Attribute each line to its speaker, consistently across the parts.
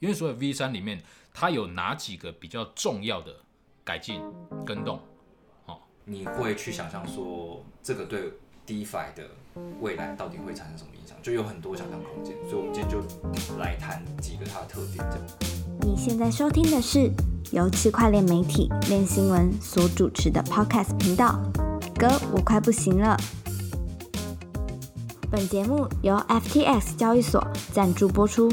Speaker 1: 因为所有 V 三里面它有哪几个比较重要的改进跟动？
Speaker 2: 你会去想象说这个对 DeFi 的未来到底会产生什么影响，就有很多想象空间。所以，我们今天就来谈几个它的特点。这样
Speaker 3: 你现在收听的是由区块链媒体链新闻所主持的 Podcast 频道。哥，我快不行了。本节目由 FTX 交易所赞助播出。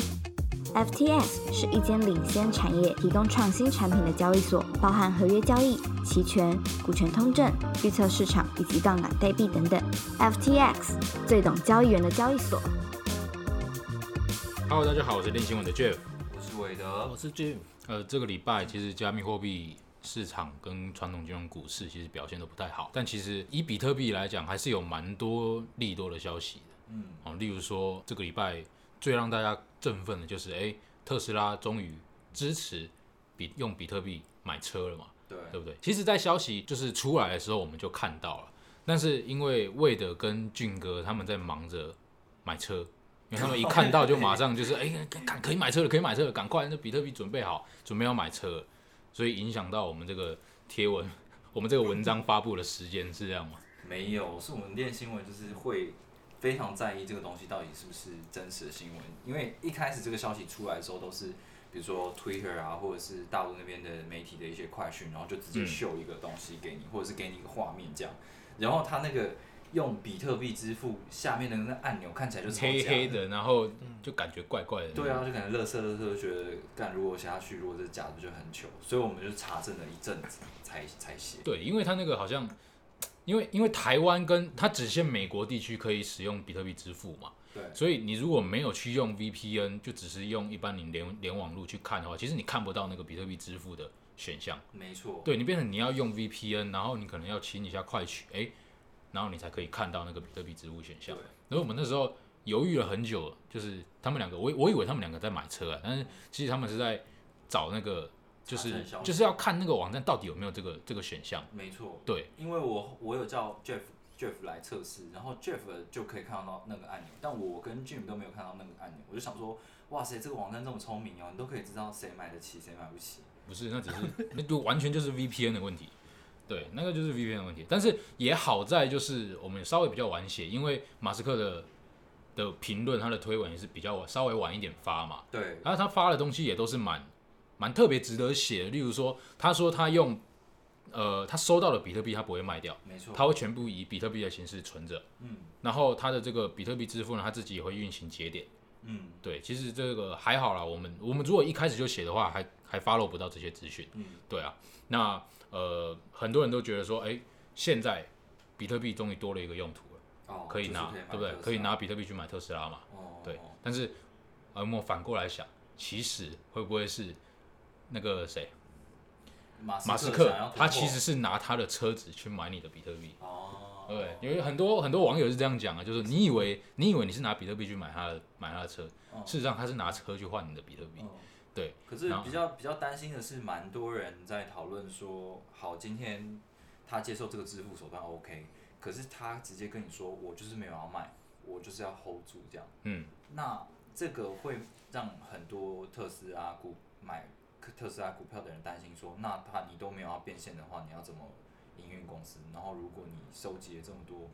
Speaker 3: FTX 是一间领先产业、提供创新产品的交易所，包含合约交易、期权、股权通证、预测市场以及杠杆代币等等。FTX 最懂交易员的交易所。
Speaker 1: Hello，大家好，我是练新闻的 Jeff。
Speaker 2: 我是韦德，
Speaker 4: 是 Jim，
Speaker 1: 呃，这个礼拜其实加密货币市场跟传统金融股市其实表现都不太好，但其实以比特币来讲，还是有蛮多利多的消息的。嗯，哦，例如说这个礼拜最让大家振奋的就是，哎，特斯拉终于支持比用比特币买车了嘛，
Speaker 2: 对，
Speaker 1: 对不对？其实，在消息就是出来的时候，我们就看到了，但是因为魏德跟俊哥他们在忙着买车，因为他们一看到就马上就是，哎、赶可以买车了，可以买车了，赶快，那比特币准备好，准备要买车了，所以影响到我们这个贴文， 我们这个文章发布的时间是这 样吗？
Speaker 2: 没有，是我们练新闻就是会非常在意这个东西到底是不是真实的新闻，因为一开始这个消息出来的时候都是。比如说 Twitter 啊，或者是大陆那边的媒体的一些快讯，然后就直接
Speaker 1: 嗯
Speaker 2: 秀一个东西给你，或者是给你一个画面这样。然后他那个用比特币支付下面的那个按钮看起来就超
Speaker 1: 黑
Speaker 2: 假
Speaker 1: 黑的，然后就感觉怪怪的。
Speaker 2: 对啊，就感觉乐色乐色，觉得干如果下去，如果这是假的就很糗，所以我们就查证了一阵子才才写。
Speaker 1: 对，因为它那个好像，因为因为台湾跟它只限美国地区可以使用比特币支付嘛，
Speaker 2: 对
Speaker 1: 所以你如果没有去用 VPN，就只是用一般你联联网路去看的话，其实你看不到那个比特币支付的选项。
Speaker 2: 没错，
Speaker 1: 对你变成你要用 VPN，然后你可能要清一下快取，哎、然后你才可以看到那个比特币支付选项。然后我们那时候犹豫了很久，就是他们两个，我我以为他们两个在买车啊，但是其实他们是在找那个，就
Speaker 2: 查
Speaker 1: 是
Speaker 2: 证消息
Speaker 1: 就是要看那个网站到底有没有这个这个选项。
Speaker 2: 没错，
Speaker 1: 对，
Speaker 2: 因为我我有叫 Jeff Jeff 来测试，然后 Jeff 就可以看到那个按钮，但我跟 Jim 都没有看到那个按钮，我就想说，哇塞，这个网站这么聪明哦，你都可以知道谁买得起，谁买不起。
Speaker 1: 不是，那只是 那就完全就是 VPN 的问题。对，那个就是 VPN 的问题。但是也好在就是我们稍微比较晚写，因为马斯克的的评论，他的推文也是比较晚，稍微晚一点发嘛。
Speaker 2: 对，
Speaker 1: 然后他发的东西也都是蛮蛮特别值得写的，例如说他说他用呃他收到的比特币他不会卖掉，
Speaker 2: 没错，
Speaker 1: 他会全部以比特币的形式存着，
Speaker 2: 嗯
Speaker 1: 然后他的这个比特币支付呢他自己也会运行节点。
Speaker 2: 嗯
Speaker 1: 对，其实这个还好啦，我们我们如果一开始就写的话，还还 follow 不到这些资讯。
Speaker 2: 嗯，
Speaker 1: 对啊，那呃，很多人都觉得说，哎、现在比特币终于多了一个用途了，
Speaker 2: 哦，
Speaker 1: 可以拿，
Speaker 2: 就是
Speaker 1: 对不对？
Speaker 2: 买特斯拉
Speaker 1: 可以，拿比特币去买特斯拉嘛？
Speaker 2: 哦，
Speaker 1: 对，但是呃，我们反过来想，其实会不会是那个谁，
Speaker 2: 马
Speaker 1: 马斯
Speaker 2: 克
Speaker 1: 克
Speaker 2: 想要突，破
Speaker 1: 他其实是拿他的车子去买你的比特币？
Speaker 2: 哦，
Speaker 1: 对，有很多很多网友是这样讲啊，就是你以为你以为你是拿比特币去买他的买他的车，
Speaker 2: 哦
Speaker 1: 事实上他是拿车去换你的比特币。
Speaker 2: 嗯
Speaker 1: 对，
Speaker 2: 可是
Speaker 1: 然后
Speaker 2: 比较比较担心的是，蛮多人在讨论说，好，今天他接受这个支付手段 OK，可是他直接跟你说，我就是没有要卖，我就是要 hold 住这样。
Speaker 1: 嗯，
Speaker 2: 那这个会让很多特斯拉股买特斯拉股票的人担心说，那他你都没有要变现的话，你要怎么营运公司？然后如果你收集了这么多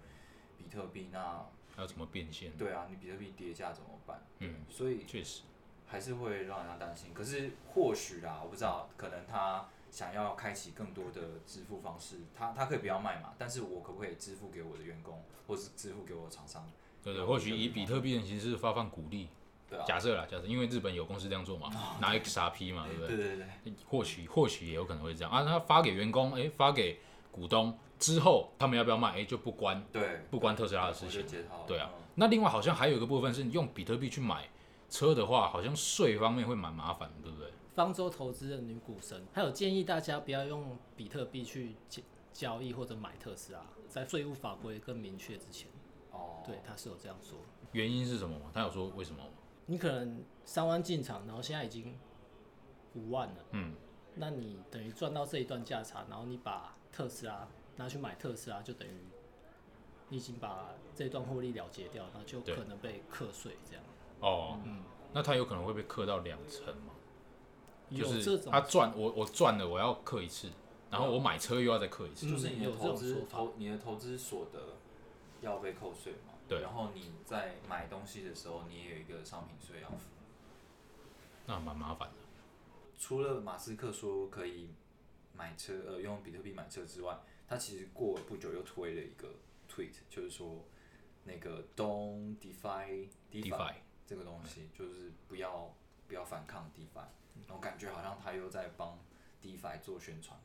Speaker 2: 比特币，那
Speaker 1: 要怎么变现？
Speaker 2: 对啊，你比特币跌价怎么办？
Speaker 1: 嗯，
Speaker 2: 所以
Speaker 1: 确实，
Speaker 2: 还是会让人家担心。可是或许啦，我不知道，可能他想要开启更多的支付方式，他他可以不要卖嘛，但是我可不可以支付给我的员工，或是支付给我的厂商？
Speaker 1: 对对，或许以比特币的形式发放鼓励，
Speaker 2: 对啊，啊
Speaker 1: 假设啦，假设，因为日本有公司这样做嘛，拿 XRP 嘛，对不
Speaker 2: 对
Speaker 1: 对？
Speaker 2: 对对，
Speaker 1: 或许或许也有可能会这样啊，他发给员工，哎，发给股东之后，他们要不要卖，哎，就不关
Speaker 2: 对，
Speaker 1: 不关特斯拉的事
Speaker 2: 我就
Speaker 1: 情。
Speaker 2: 接到了
Speaker 1: 对啊
Speaker 2: 嗯，
Speaker 1: 那另外好像还有一个部分是你用比特币去买车的话，好像税方面会蛮麻烦的，对不对？
Speaker 4: 方舟投资的女股神，还有建议大家不要用比特币去交交易或者买特斯拉，在税务法规更明确之前，
Speaker 2: 哦，
Speaker 4: 对，他是有这样说。
Speaker 1: 原因是什么吗？他有说为什么吗？
Speaker 4: 你可能三万进场，然后现在已经五万了，
Speaker 1: 嗯，
Speaker 4: 那你等于赚到这一段价差，然后你把特斯拉拿去买特斯拉，就等于你已经把这段获利了结掉，那就
Speaker 1: 对
Speaker 4: 可能被课税这样。
Speaker 2: 嗯
Speaker 1: 哦，那他有可能会被克到两成嘛？就
Speaker 4: 有这
Speaker 1: 是
Speaker 4: 种
Speaker 1: 他赚我我赚了，我要克一次，然
Speaker 2: 嗯
Speaker 1: 后我买车又要再克一次。
Speaker 2: 就是你
Speaker 4: 嗯有
Speaker 2: 的
Speaker 4: 这
Speaker 2: 投
Speaker 4: 种说
Speaker 2: 资
Speaker 4: 法
Speaker 2: 投你的投资所得要被扣税嘛？
Speaker 1: 对
Speaker 2: 然后你在买东西的时候，你也有一个商品税要付。
Speaker 1: 那蛮麻烦的。
Speaker 2: 除了马斯克说可以买车，呃，用比特币买车之外，他其实过不久又推了一个 tweet，就是说那个 Don't DeFi
Speaker 1: DeFi
Speaker 2: 这个东西，就是不要不要反抗 DeFi，然后感觉好像他又在帮 DeFi 做宣传，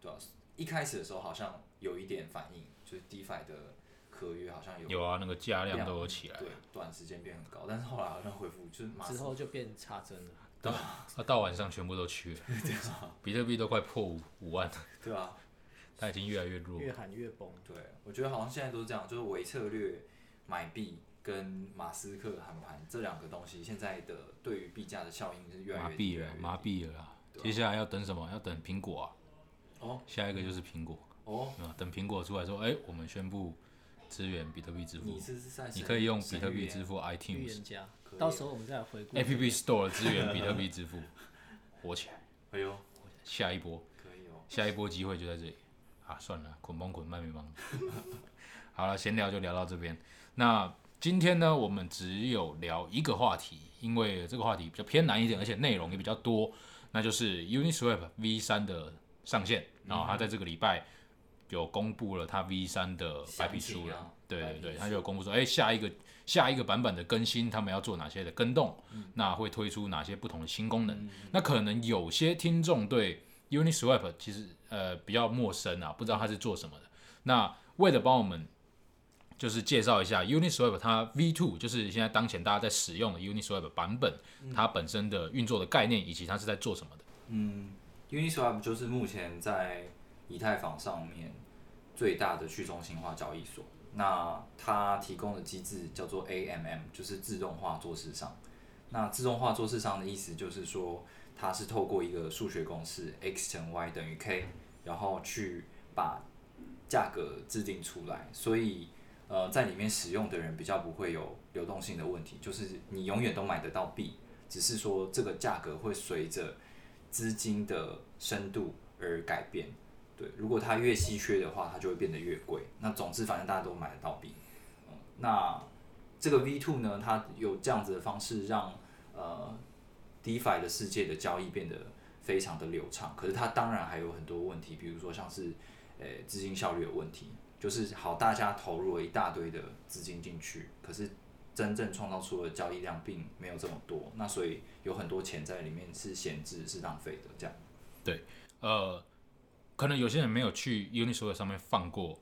Speaker 2: 对啊，一开始的时候好像有一点反应，就是 DeFi 的合约好像有
Speaker 1: 有啊，那个价量都有起来
Speaker 2: 对，短时间变很高，但是后来好像恢复，就是马斯
Speaker 4: 之后就变插针了。
Speaker 1: 那到晚上全部都 去了，
Speaker 2: 啊
Speaker 1: 比特币都快破五五万了，
Speaker 2: 对啊，
Speaker 1: 它已经越来越弱。
Speaker 4: 越喊越崩。
Speaker 2: 对，我觉得好像现在都是这样，就是伪策略、买币跟马斯克喊盘这两个东西，现在的对于币价的效应是越来
Speaker 1: 麻
Speaker 2: 越低
Speaker 1: 痹
Speaker 2: 越来
Speaker 1: 了
Speaker 2: 越，低啊
Speaker 1: 麻痹了啦。接下来要等什么？要等苹果啊。
Speaker 2: 哦
Speaker 1: 下一个就是苹果
Speaker 2: 哦，
Speaker 1: 啊，等苹果出来说，哎、我们宣布支援比特币支付
Speaker 2: 你，是在
Speaker 1: 你可以用比特币
Speaker 2: 支
Speaker 1: 支付
Speaker 4: 预
Speaker 1: iTunes
Speaker 4: 言家
Speaker 1: 啊
Speaker 2: 可以，
Speaker 4: 到时候我们再来回顾
Speaker 1: App Store 支援比特币支 付，火起来，
Speaker 2: 哎呦，
Speaker 1: 下一波，
Speaker 2: 可以哦，
Speaker 1: 下一波机会就在这里啊！算了，捆绑捆 卖没帮。好了，闲聊就聊到这边。那今天呢，我们只有聊一个话题，因为这个话题比较偏难一点，而且内容也比较多，那就是 Uniswap V 三的上线。然后它在这个礼拜有公布了它 V 三的白皮书
Speaker 2: 详情
Speaker 1: 了。
Speaker 2: 啊
Speaker 1: 对
Speaker 2: 白
Speaker 1: 对
Speaker 2: 皮
Speaker 1: 对，
Speaker 2: 书
Speaker 1: 它就有公布说，哎，下一个下一个版本的更新，他们要做哪些的更动，那会推出哪些不同的新功能。那可能有些听众对 Uniswap 其实呃比较陌生啊，不知道它是做什么的。那为了帮我们就是介绍一下 Uniswap 它 V2，就是现在当前大家在使用的 Uniswap 版本，它本身的运作的概念以及它是在做什么的。
Speaker 2: 嗯，Uniswap 就是目前在以太坊上面最大的去中心化交易所。那它提供的机制叫做 AMM，就是自动化做市商。那自动化做市商的意思就是说，它是透过一个数学公式 x 乘 y 等于 k，然后去把价格制定出来，所以呃，在里面使用的人比较不会有流动性的问题，就是你永远都买得到币，只是说这个价格会随着资金的深度而改变。对，如果它越稀缺的话，它就会变得越贵。那总之，反正大家都买得到币。嗯那这个 V two 呢，它有这样子的方式让呃 DeFi 的世界的交易变得非常的流畅。可是它当然还有很多问题，比如说像是呃资金效率有问题，就是好大家投入了一大堆的资金进去，可是真正创造出的交易量并没有这么多，那所以有很多钱在里面是闲置、是浪费的这样。
Speaker 1: 呃，可能有些人没有去 Uniswap 上面放过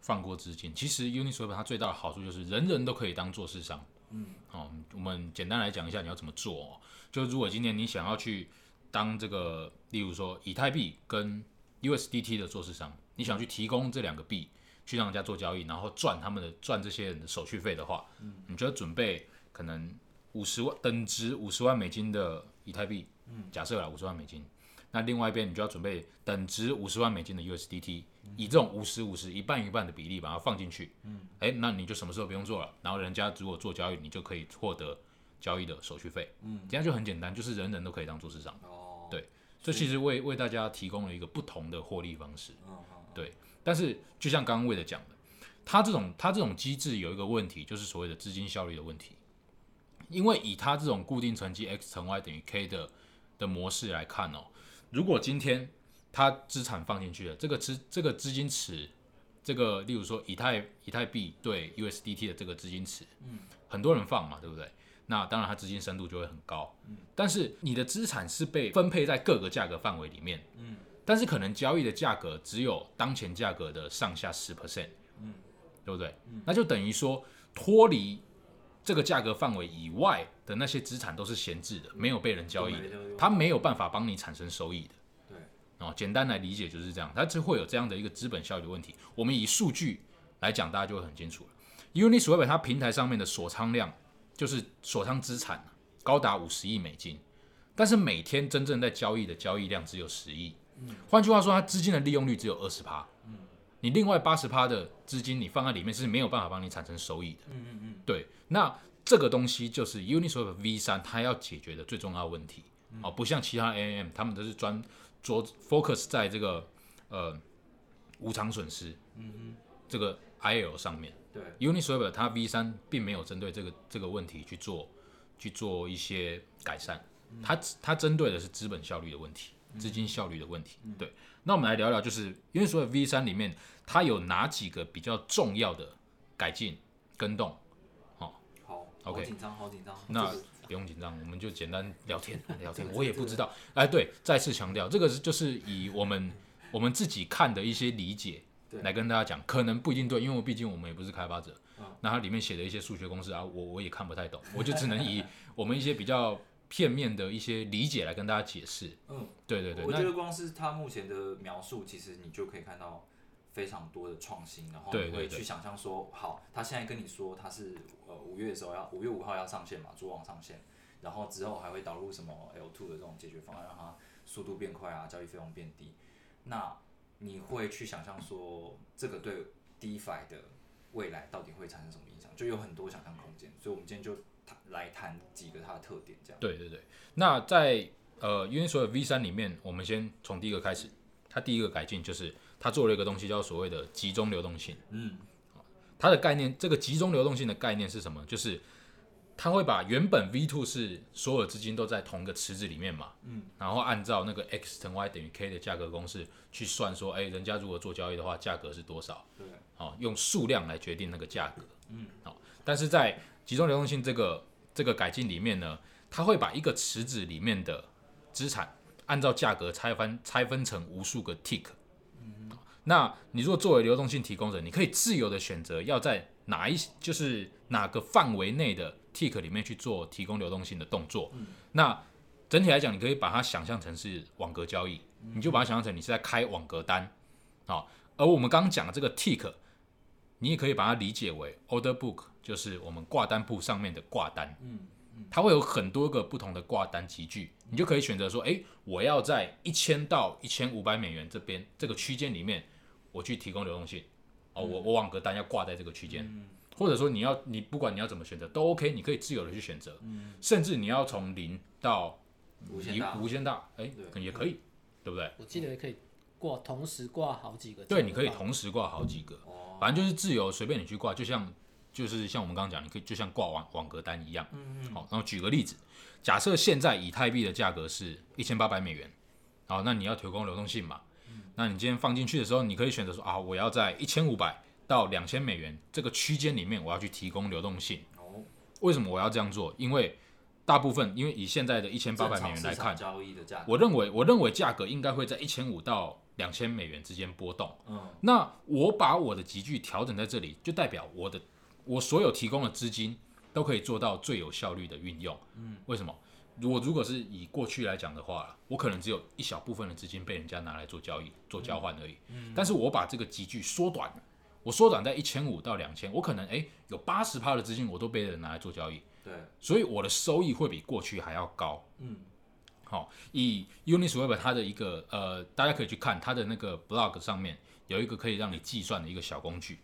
Speaker 1: 放过资金。其实 Uniswap 它最大的好处就是人人都可以当做市商。嗯，哦，我们简单来讲一下你要怎么做、哦。就如果今年你想要去当这个，例如说以太币跟 USDT 的做市商，你想去提供这两个币去让人家做交易，然后赚他们的赚这些人的手续费的话，你就要准备可能五十万等值五十万美金的以太币，假设啦五十万美金，那另外一边你就要准备等值五十万美金的 USDT，、以
Speaker 2: 嗯
Speaker 1: 这种五十五十一半一半的比例把它放进去，嗯，哎，那你就什么事都不用做了，然后人家如果做交易，你就可以获得交易的手续费，嗯，这样就很简单，就是人人都可以当做市场，
Speaker 2: 哦
Speaker 1: 对这其实为为大家提供了一个不同的获利方式，
Speaker 2: 嗯
Speaker 1: 对，但是就像刚刚为了讲的，它这种它这种机制有一个问题，就是所谓的资金效率的问题。因为以它这种固定乘积 x 乘 y 等于 k 的的模式来看哦，如果今天它资产放进去了，这个资这个资金池，这个例如说以太以太币对 USDT 的这个资金池，嗯，很多人放嘛，对不对？那当然它资金深度就会很高，嗯，但是你的资产是被分配在各个价格范围里面，
Speaker 2: 嗯，
Speaker 1: 但是可能交易的价格只有当前价格的上下十 percent，
Speaker 2: 嗯，
Speaker 1: 对不对？那就等于说脱离这个价格范围以外的那些资产都是闲置的，没有被人交易的
Speaker 2: 都没人交易，
Speaker 1: 它没有办法帮你产生收益的。
Speaker 2: 对，
Speaker 1: 哦，简单来理解就是这样，它就会有这样的一个资本效率的问题。我们以数据来讲，大家就会很清楚了。Uniswap 它平台上面的锁仓量，就是锁仓资产啊高达五十亿美金，但是每天真正在交易的交易量只有十亿。换句话说，它资金的利用率只有二十趴。你另外八十趴的资金你放在里面是没有办法帮你产生收益的。
Speaker 2: 嗯嗯嗯，
Speaker 1: 对，那这个东西就是 Uniswap V 三它要解决的最重要的问题，
Speaker 2: 嗯
Speaker 1: 哦，不像其他 AM，他们都是专着 focus 在这个呃无偿损失
Speaker 2: 嗯
Speaker 1: 这个 IL 上面。
Speaker 2: 哼，对，
Speaker 1: Uniswap 它 V 三并没有针对这个这个问题去做去做一些改善，它它针对的是资本效率的问题，资金效率的问题。对，那我们来聊聊，就是 Uniswap V 三里面它有哪几个比较重要的改进跟动？
Speaker 2: 好
Speaker 1: OK
Speaker 2: 好紧张，好紧张。
Speaker 1: 那
Speaker 2: 这个
Speaker 1: 不用紧张，我们就简单聊 天聊天。我也不知道，哎，对，再次强调，这个是就是以我们我们自己看的一些理解
Speaker 2: 对
Speaker 1: 来跟大家讲，可能不一定对，因为毕竟我们也不是开发者
Speaker 2: 嗯。
Speaker 1: 那它里面写的一些数学公式啊，我我也看不太 懂，我就只能以我们一些比较片面的一些理解来跟大家解释。
Speaker 2: 嗯，
Speaker 1: 对对对，
Speaker 2: 我觉
Speaker 1: 那
Speaker 2: 得光是他目前的描述，其实你就可以看到非常多的创新，然后
Speaker 1: 对
Speaker 2: 你
Speaker 1: 对
Speaker 2: 会
Speaker 1: 对
Speaker 2: 去想象说，好，他现在跟你说他是呃五月的时候要五月五号要上线嘛，主网上线，然后之后还会导入什么 L two 的这种解决方案，让它速度变快啊，交易费用变低。那你会去想象说，这个对 DeFi 的未来到底会产生什么影响？就有很多想象空间，所以我们今天就谈来谈几个它的特点，这样。
Speaker 1: 对对对，那在呃 Uniswap V 三里面，我们先从第一个开始，它第一个改进就是它做了一个东西叫所谓的集中流动性。
Speaker 2: 嗯，
Speaker 1: 它的概念，这个集中流动性的概念是什么？就是它会把原本 V two 是所有资金都在同一个池子里面嘛，
Speaker 2: 嗯，
Speaker 1: 然后按照那个 x 乘 y 等于 k 的价格公式去算说，哎，人家如果做交易的话，价格是多少？
Speaker 2: 对，
Speaker 1: 哦，用数量来决定那个价格，
Speaker 2: 嗯，
Speaker 1: 好、但是在集中流动性这个这个改进里面呢，它会把一个池子里面的资产按照价格拆分拆分成无数个 tick，嗯，那你如果作为流动性提供者，你可以自由的选择要在哪一就是哪个范围内的 tick 里面去做提供流动性的动作，嗯、那整体来讲，你可以把它想象成是网格交易，你就把它想象成你是在开网格单，好、而我们刚刚讲的这个 tick，你也可以把它理解为 order book，就是我们挂单簿上面的挂单，
Speaker 2: 嗯，
Speaker 1: 它会有很多个不同的挂单集聚，你就可以选择说，诶，我要在一千到一千五百美元这边这个区间里面，我去提供流动性，哦，
Speaker 2: 嗯
Speaker 1: 我我网格单要挂在这个区间，或者说你要你不管你要怎么选择都 OK，你可以自由的去选择，甚至你要从零到
Speaker 2: 嗯无限
Speaker 1: 一
Speaker 2: 大，
Speaker 1: 嗯无限大，诶，
Speaker 2: 对
Speaker 1: 也可以，对不对？
Speaker 4: 我记得可以挂同时挂好几个，
Speaker 1: 对，你可以同时挂好几个，
Speaker 2: 哦
Speaker 1: 反正就是自由，随便你去挂，就像就是像我们刚刚讲，你可以就像挂网网格单一样。嗯嗯。好，然后举个例子，假设现在以太币的价格是一千八百美元，好，那你要提供流动性嘛？那你今天放进去的时候，你可以选择说啊，我要在一千五百到两千美元这个区间里面，我要去提供流动性。
Speaker 2: 哦，
Speaker 1: 为什么我要这样做？因为大部分，因为以现在的一千八百美元来
Speaker 2: 正常
Speaker 1: 看
Speaker 2: 市场，交易的价格，
Speaker 1: 我认为我认为价格应该会在一千五到两千美元之间波动。
Speaker 2: 嗯
Speaker 1: 那我把我的集聚调整在这里，就代表我的我所有提供的资金都可以做到最有效率的运用。
Speaker 2: 嗯，
Speaker 1: 为什么？我如果是以过去来讲的话，我可能只有一小部分的资金被人家拿来做交易、做交换而已。嗯，但是我把这个集聚缩短了，我缩短在一千五到两千，我可能诶有八十趴的资金我都被人拿来做交易，
Speaker 2: 对，
Speaker 1: 所以我的收益会比过去还要高。
Speaker 2: 嗯
Speaker 1: 好、以 Uniswap 它的一个呃，大家可以去看它的那个 blog 上面有一个可以让你计算的一个小工具。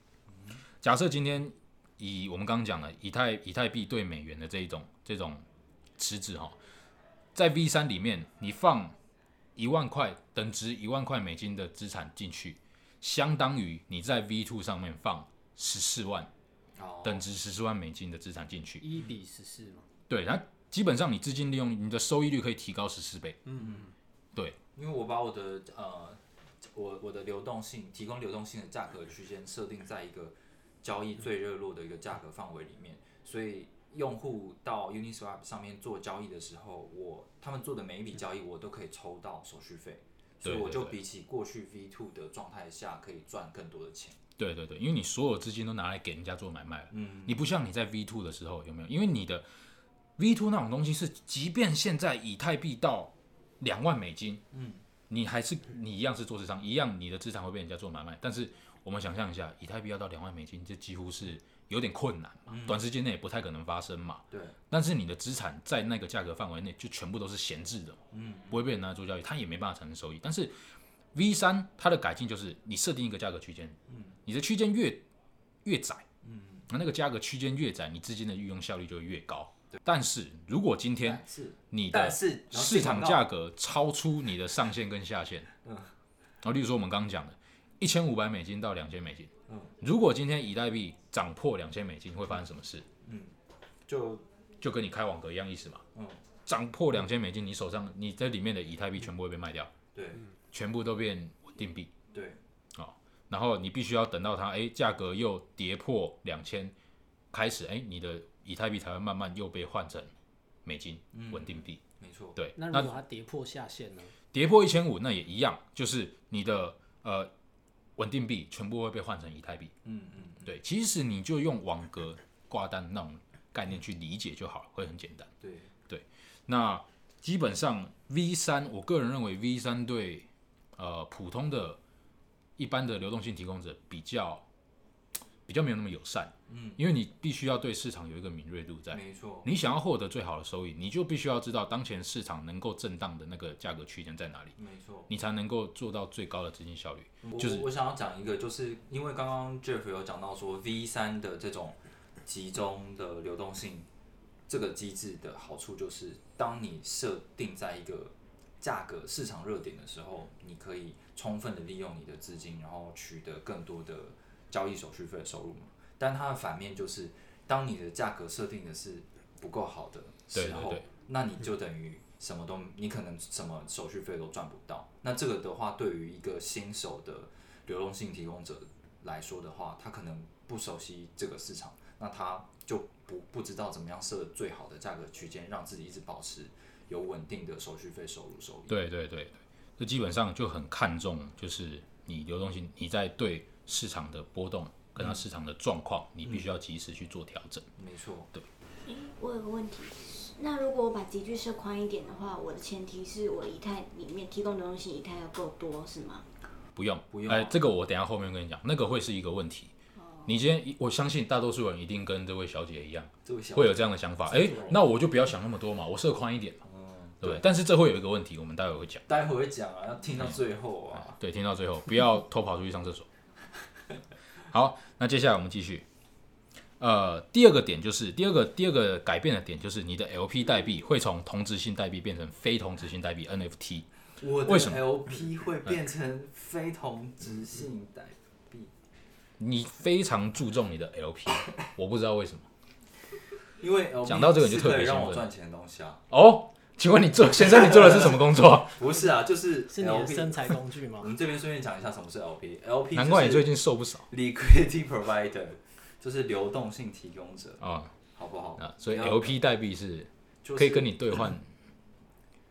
Speaker 1: 假设今天以我们刚刚讲的以太以太币对美元的这一种这种池子哈、在 V 三里面你放一万块等值一万块美金的资产进去，相当于你在 V two 上面放十四万
Speaker 2: 好，
Speaker 1: 等值十四万美金的资产进去，
Speaker 4: 一比十四嘛，
Speaker 1: 对，它基本上你资金利用你的收益率可以提高十四倍。
Speaker 2: 因为我把我的呃，我我的流动性提供流动性的价格区间设定在一个交易最热络的一个价格范围里面，所以用户到 Uniswap 上面做交易的时候，我他们做的每一笔交易我都可以抽到手续费，所以
Speaker 1: 对
Speaker 2: 我
Speaker 1: 对
Speaker 2: 就
Speaker 1: 对
Speaker 2: 比起过去 V two 的状态下可以赚更多的钱。
Speaker 1: 对对对，因为你所有资金都拿来给人家做买卖了，
Speaker 2: 嗯，
Speaker 1: 你不像你在 V two 的时候有没有？因为你的 V two 那种东西是，即便现在以太币到两万美金，
Speaker 2: 嗯，
Speaker 1: 你还是你一样是做市场，一样你的资产会被人家做买卖。但是我们想象一下，以太币要到两万美金，这几乎是有点困难嘛，
Speaker 2: 嗯
Speaker 1: 短时间内也不太可能发生嘛。
Speaker 2: 对，
Speaker 1: 但是你的资产在那个价格范围内就全部都是闲置的，
Speaker 2: 嗯，
Speaker 1: 不会被人拿来做交易，它也没办法产生收益。但是 V 三它的改进就是你设定一个价格区间，嗯，你的区间越越窄，嗯，那那个价格区间越窄，你资金的运用效率就会越高，但是如果今天
Speaker 2: 但是
Speaker 1: 你的
Speaker 2: 但是然后
Speaker 1: 市场
Speaker 2: 进广告
Speaker 1: 价格超出你的上限跟下限，
Speaker 2: 嗯
Speaker 1: 然后例如说我们刚刚讲的，一千五百美金到两千美金，
Speaker 2: 嗯
Speaker 1: 如果今天以太币涨破两千美金，会发生什么事？嗯
Speaker 2: 就
Speaker 1: 就跟你开网格一样意思嘛。
Speaker 2: 嗯
Speaker 1: 涨破两千美金，你手上你在里面的以太币全部会被卖掉，
Speaker 2: 对
Speaker 1: 全部都变稳定币，
Speaker 2: 对
Speaker 1: 然后你必须要等到它哎价格又跌破两千，开始哎你的以太币才会慢慢又被换成美金
Speaker 2: 嗯
Speaker 1: 稳定币。
Speaker 2: 没错
Speaker 1: 对，
Speaker 4: 那如果它跌破下限呢？
Speaker 1: 跌破一千五，那也一样，就是你的呃稳定币全部会被换成以太币。
Speaker 2: 嗯嗯
Speaker 1: 对，其实你就用网格挂单那种概念去理解就好了，会很简单。
Speaker 2: 对
Speaker 1: 那基本上 V 三，我个人认为 V 三对呃普通的一般的流动性提供者比较比较没有那么友善，
Speaker 2: 嗯
Speaker 1: 因为你必须要对市场有一个敏锐度在。
Speaker 2: 没错
Speaker 1: 你想要获得最好的收益，你就必须要知道当前市场能够震荡的那个价格区间在哪里。
Speaker 2: 没错。
Speaker 1: 你才能够做到最高的资金效率。
Speaker 2: 我
Speaker 1: 就是
Speaker 2: 我想要讲一个，就是因为刚刚 Jeff 有讲到说 V 三的这种集中的流动性这个机制的好处，就是当你设定在一个价格市场热点的时候，你可以充分的利用你的资金，然后取得更多的交易手续费的收入嘛。但它的反面就是，当你的价格设定的是不够好的
Speaker 1: 对
Speaker 2: 时
Speaker 1: 对
Speaker 2: 候，
Speaker 1: 对
Speaker 2: 那你就等于什么都你可能什么手续费都赚不到。那这个的话，对于一个新手的流动性提供者来说的话，他可能不熟悉这个市场，那他就不不知道怎么样设最好的价格区间，让自己一直保持有稳定的手续费收入收益。
Speaker 1: 对对对对，这基本上就很看重，就是你流动性，你在对市场的波动跟
Speaker 2: 嗯
Speaker 1: 它市场的状况，你必须要及时去做调整。
Speaker 2: 没错，
Speaker 5: 我有个问题，那如果我把集聚设宽一点的话，我的前提是我以太里面提供的东西以太要够多，是吗？
Speaker 1: 不用，
Speaker 2: 不用哦
Speaker 1: 哎，这个我等一下后面跟你讲，那个会是一个问题。你今天，我相信大多数人一定跟这位小姐一样，
Speaker 2: 这位小
Speaker 1: 会有这样的想法。哎，那我就不要想那么多嘛，我设宽一点嘛，
Speaker 2: 嗯，
Speaker 1: 对不对？但是这会有一个问题，我们待会会讲。
Speaker 2: 待会会讲啊，要
Speaker 1: 嗯
Speaker 2: 听到最后啊。
Speaker 1: 对，听到最后不要偷跑出去上厕 所。好，那接下来我们继续。呃，第二个点就是第二个第二个改变的点就是你的 LP 代币会从同质性代币变成非同质性代币 NFT。
Speaker 2: 我的
Speaker 1: 为什么嗯
Speaker 2: LP 会变成非同质性代币？
Speaker 1: 你非常注重你的 LP，我不知道为什么。
Speaker 2: 因为 LP
Speaker 1: 讲到这个你就是
Speaker 2: 可
Speaker 1: 特
Speaker 2: 以
Speaker 1: 别兴
Speaker 2: 让
Speaker 1: 奋
Speaker 2: 我赚钱的东西啊。
Speaker 1: 哦，请问你做先生你做的是什么工 作？
Speaker 2: 不是啊，就是
Speaker 4: 是你的
Speaker 2: LP。
Speaker 4: 身材工具
Speaker 2: 我
Speaker 4: 吗？
Speaker 2: 们这边顺便讲一下什么是 LP。LP
Speaker 1: 难怪你
Speaker 2: 就
Speaker 1: 最
Speaker 2: 是
Speaker 1: 近瘦不少
Speaker 2: liquidity provider，就是流动性提供者，
Speaker 1: 啊、
Speaker 2: 好不好？
Speaker 1: 啊！所以
Speaker 2: 哦不要
Speaker 1: LP 代币是
Speaker 2: 就是嗯
Speaker 1: 可以跟你兑换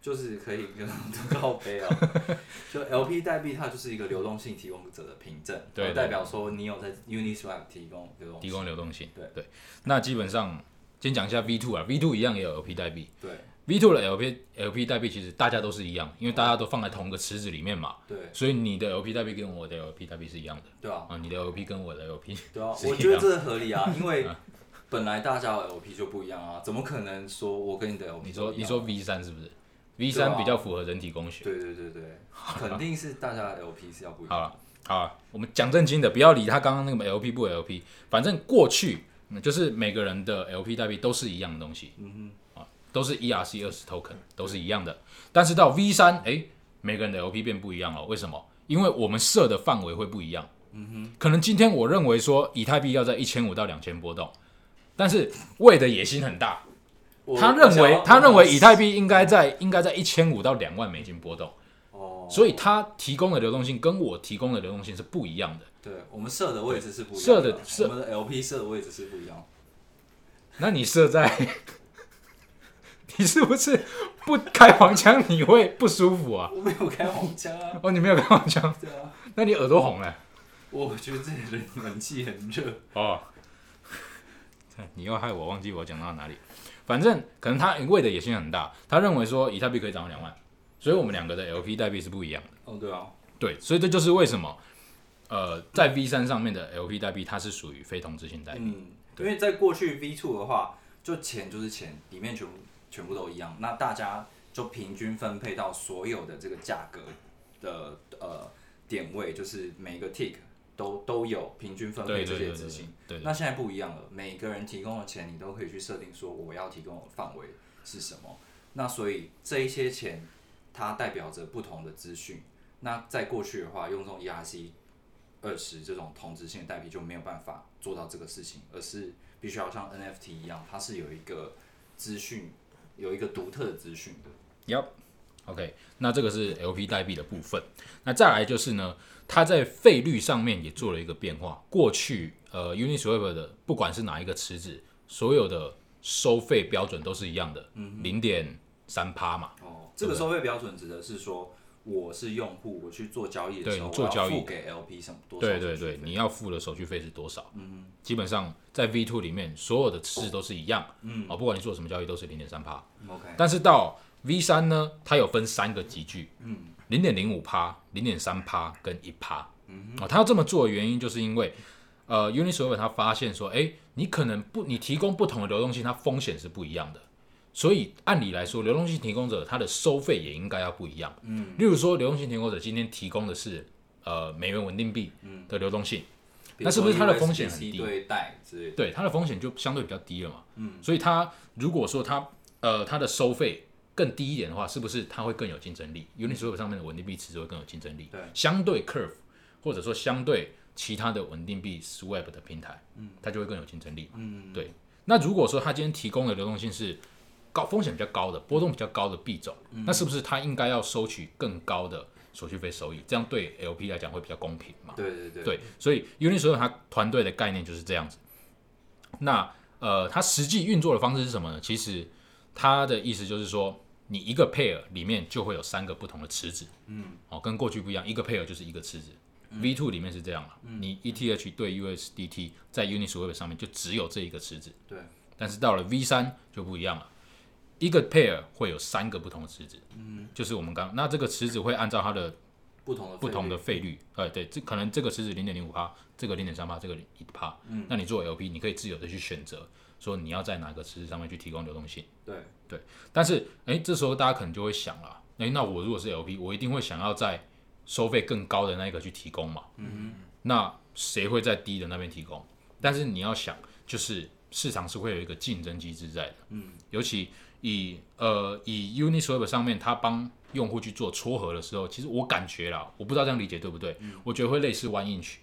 Speaker 2: 就是可以跟靠背啊， 就 LP 代币它就是一个流动性提供者的凭证，
Speaker 1: 对
Speaker 2: 代表说你有在 Uniswap 提供流动性
Speaker 1: 提供流动性。
Speaker 2: 对
Speaker 1: 对，那基本上先讲一下 V two 啊，V two 一样也有 LP 代币。
Speaker 2: 对
Speaker 1: V two 的 LP LP 代币其实大家都是一样，因为大家都放在同一个池子里面嘛，
Speaker 2: 对
Speaker 1: 所以你的 LP 代币跟我的 LP 代币是一样的
Speaker 2: 对啊，
Speaker 1: 啊，你的 LP 跟我的 LP
Speaker 2: 对啊，
Speaker 1: 是一
Speaker 2: 我
Speaker 1: 样
Speaker 2: 觉得这合 理啊，因
Speaker 1: 嗯
Speaker 2: 为本来大家的 LP 就不一样啊，怎么可能说我跟你的 LP
Speaker 1: 你说
Speaker 2: 都一样
Speaker 1: 你说 V 三是不是？V
Speaker 2: 对
Speaker 1: 三
Speaker 2: 啊
Speaker 1: 比较符合人体工学。
Speaker 2: 对对对对，肯定是大家的 LP 是要不一
Speaker 1: 好
Speaker 2: 样
Speaker 1: 了，好了，啊我们讲正经的，不要理他刚刚那个 LP 不 LP，反正过去嗯就是每个人的 LP 代币都是一样的东西，嗯啊，都是 ERC 二十 token，都是一样的。但是到 V 三，哎，每个人的 LP 变不一样了，为什么？因为我们设的范围会不一样。嗯哼，可能今天我认为说以太币要在一千五到两千波动，但是魏的野心很大，
Speaker 2: 我
Speaker 1: 他认为他认为以太币应该在应该在一千五到两万美金波动。
Speaker 2: 哦，
Speaker 1: 所以它提供的流动性跟我提供的流动性是不一样的。
Speaker 2: 对我们设的位置是不一样
Speaker 1: 设
Speaker 2: 的
Speaker 1: 的设
Speaker 2: 我们的 LP 设的位置是不一样。
Speaker 1: 那你设在， 你是不是不开黄腔你会不舒服啊？
Speaker 2: 我没有开黄腔啊，
Speaker 1: 哦，你没有开黄腔，
Speaker 2: 对啊，
Speaker 1: 那你耳朵红了
Speaker 2: 我觉得这里人冷气很热。
Speaker 1: 哦。你又害我忘记我讲到哪里，反正可能他为的野心很大，他认为说以太币可以涨到两万，所以我们两个的 LP 代币是不一样的。
Speaker 2: 哦，对啊，
Speaker 1: 对，所以这就是为什么，呃，在 V 三上面的 LP 代币它是属于非同质性代币。
Speaker 2: 嗯，因为在过去 V two 的话，就钱就是钱，里面全部全部都一样，那大家就平均分配到所有的这个价格的呃点位，就是每一个 tick 都都有平均分配
Speaker 1: 对
Speaker 2: 这
Speaker 1: 对
Speaker 2: 些
Speaker 1: 对
Speaker 2: 执
Speaker 1: 对
Speaker 2: 行。
Speaker 1: 对
Speaker 2: 那
Speaker 1: 对，
Speaker 2: 现在不一样了，每个人提供的钱，你都可以去设定说我要提供的范围是什么。那所以这一些钱，它代表着不同的资讯。那在过去的话，用这种 ERC 二十这种同质性的代币就没有办法做到这个事情，而是必须要像 NFT 一样，它是有一个资讯，有一个独特的资讯的。
Speaker 1: OK，那这个是 LP 代币的部分。那再来就是呢，它在费率上面也做了一个变化。过去呃 Uniswap 的不管是哪一个池子，所有的收费标准都是一样的，零点三趴嘛。
Speaker 2: 哦，这个收费标准指的是说，我是用户，我去做交易的
Speaker 1: 对
Speaker 2: 时候，
Speaker 1: 你做
Speaker 2: 我要
Speaker 1: 交易
Speaker 2: 付给 LP 什么多少
Speaker 1: 对
Speaker 2: 手续费？
Speaker 1: 对对，你要付的手续费是多少？嗯基本上在 V two 里面所有的池子都是一样，
Speaker 2: 嗯
Speaker 1: 哦，不管你做什么交易都是零点三趴。
Speaker 2: OK，
Speaker 1: 但是到 V 三呢，它有分三个级距，
Speaker 2: 嗯，
Speaker 1: 零点零五趴、零点三趴跟一趴。嗯，哦，它要这么做的原因就是因为，呃，Uniswap 它发现说，哎，你可能不，你提供不同的流动性，它风险是不一样的。所以按理来说，流动性提供者它的收费也应该要不一样。嗯，例如说，流动性提供者今天提供的是呃美元稳定币的流动性，
Speaker 2: 比如
Speaker 1: 那是不是
Speaker 2: 说
Speaker 1: 它的风险很
Speaker 2: USDC
Speaker 1: 低
Speaker 2: 对贷之类的，
Speaker 1: 对它的风险就相对比较低了嘛。嗯，所以它如果说它呃它的收费更低一点的话，是不是它会更有竞争力？Uniswap 上面的稳定币池子会更有竞争力。
Speaker 2: 对
Speaker 1: 相对 Curve 或者说相对其他的稳定币 Swap 的平台，嗯，它就会更有竞争力嘛。
Speaker 2: 嗯，
Speaker 1: 对。那如果说它今天提供的流动性是高风险比较高的、波动比较高的币种，那是不是它应该要收取更高的手续费收益？这样对 LP 来讲会比较公平嘛？
Speaker 2: 对对对
Speaker 1: 对，所以 Uniswap 它团队的概念就是这样子。那呃，它实际运作的方式是什么呢？其实它的意思就是说，你一个 pair 里面就会有三个不同的池子，嗯，哦，跟过去不一样，一个 pair 就是一个池子。V two 里面是这样嘛？你 ETH 对 USDT 在 Uniswap 上面就只有这一个池子，
Speaker 2: 对
Speaker 1: 但是到了 V 三就不一样了，一个 pair 会有三个不同的池子，嗯，就是我们刚那这个池子会按照它的
Speaker 2: 不同的
Speaker 1: 不同的
Speaker 2: 费
Speaker 1: 费率，呃，对，这可能这个池子零点零五趴，这个零点三趴，这个一趴，嗯，那你做 LP，你可以自由的去选择，说你要在哪个池子上面去提供流动性。
Speaker 2: 率对
Speaker 1: 但是，哎，这时候大家可能就会想了，哎，那我如果是 LP，我一定会想要在收费更高的那一个去提供嘛，嗯，那谁会在低的那边提供？但是你要想，就是市场是会有一个竞争机制在的，嗯，尤其以呃以 Uniswap 上面它帮用户去做撮合的时候，其实我感觉啦，我不知道这样理解对不对，我觉得会类似 One Inch，、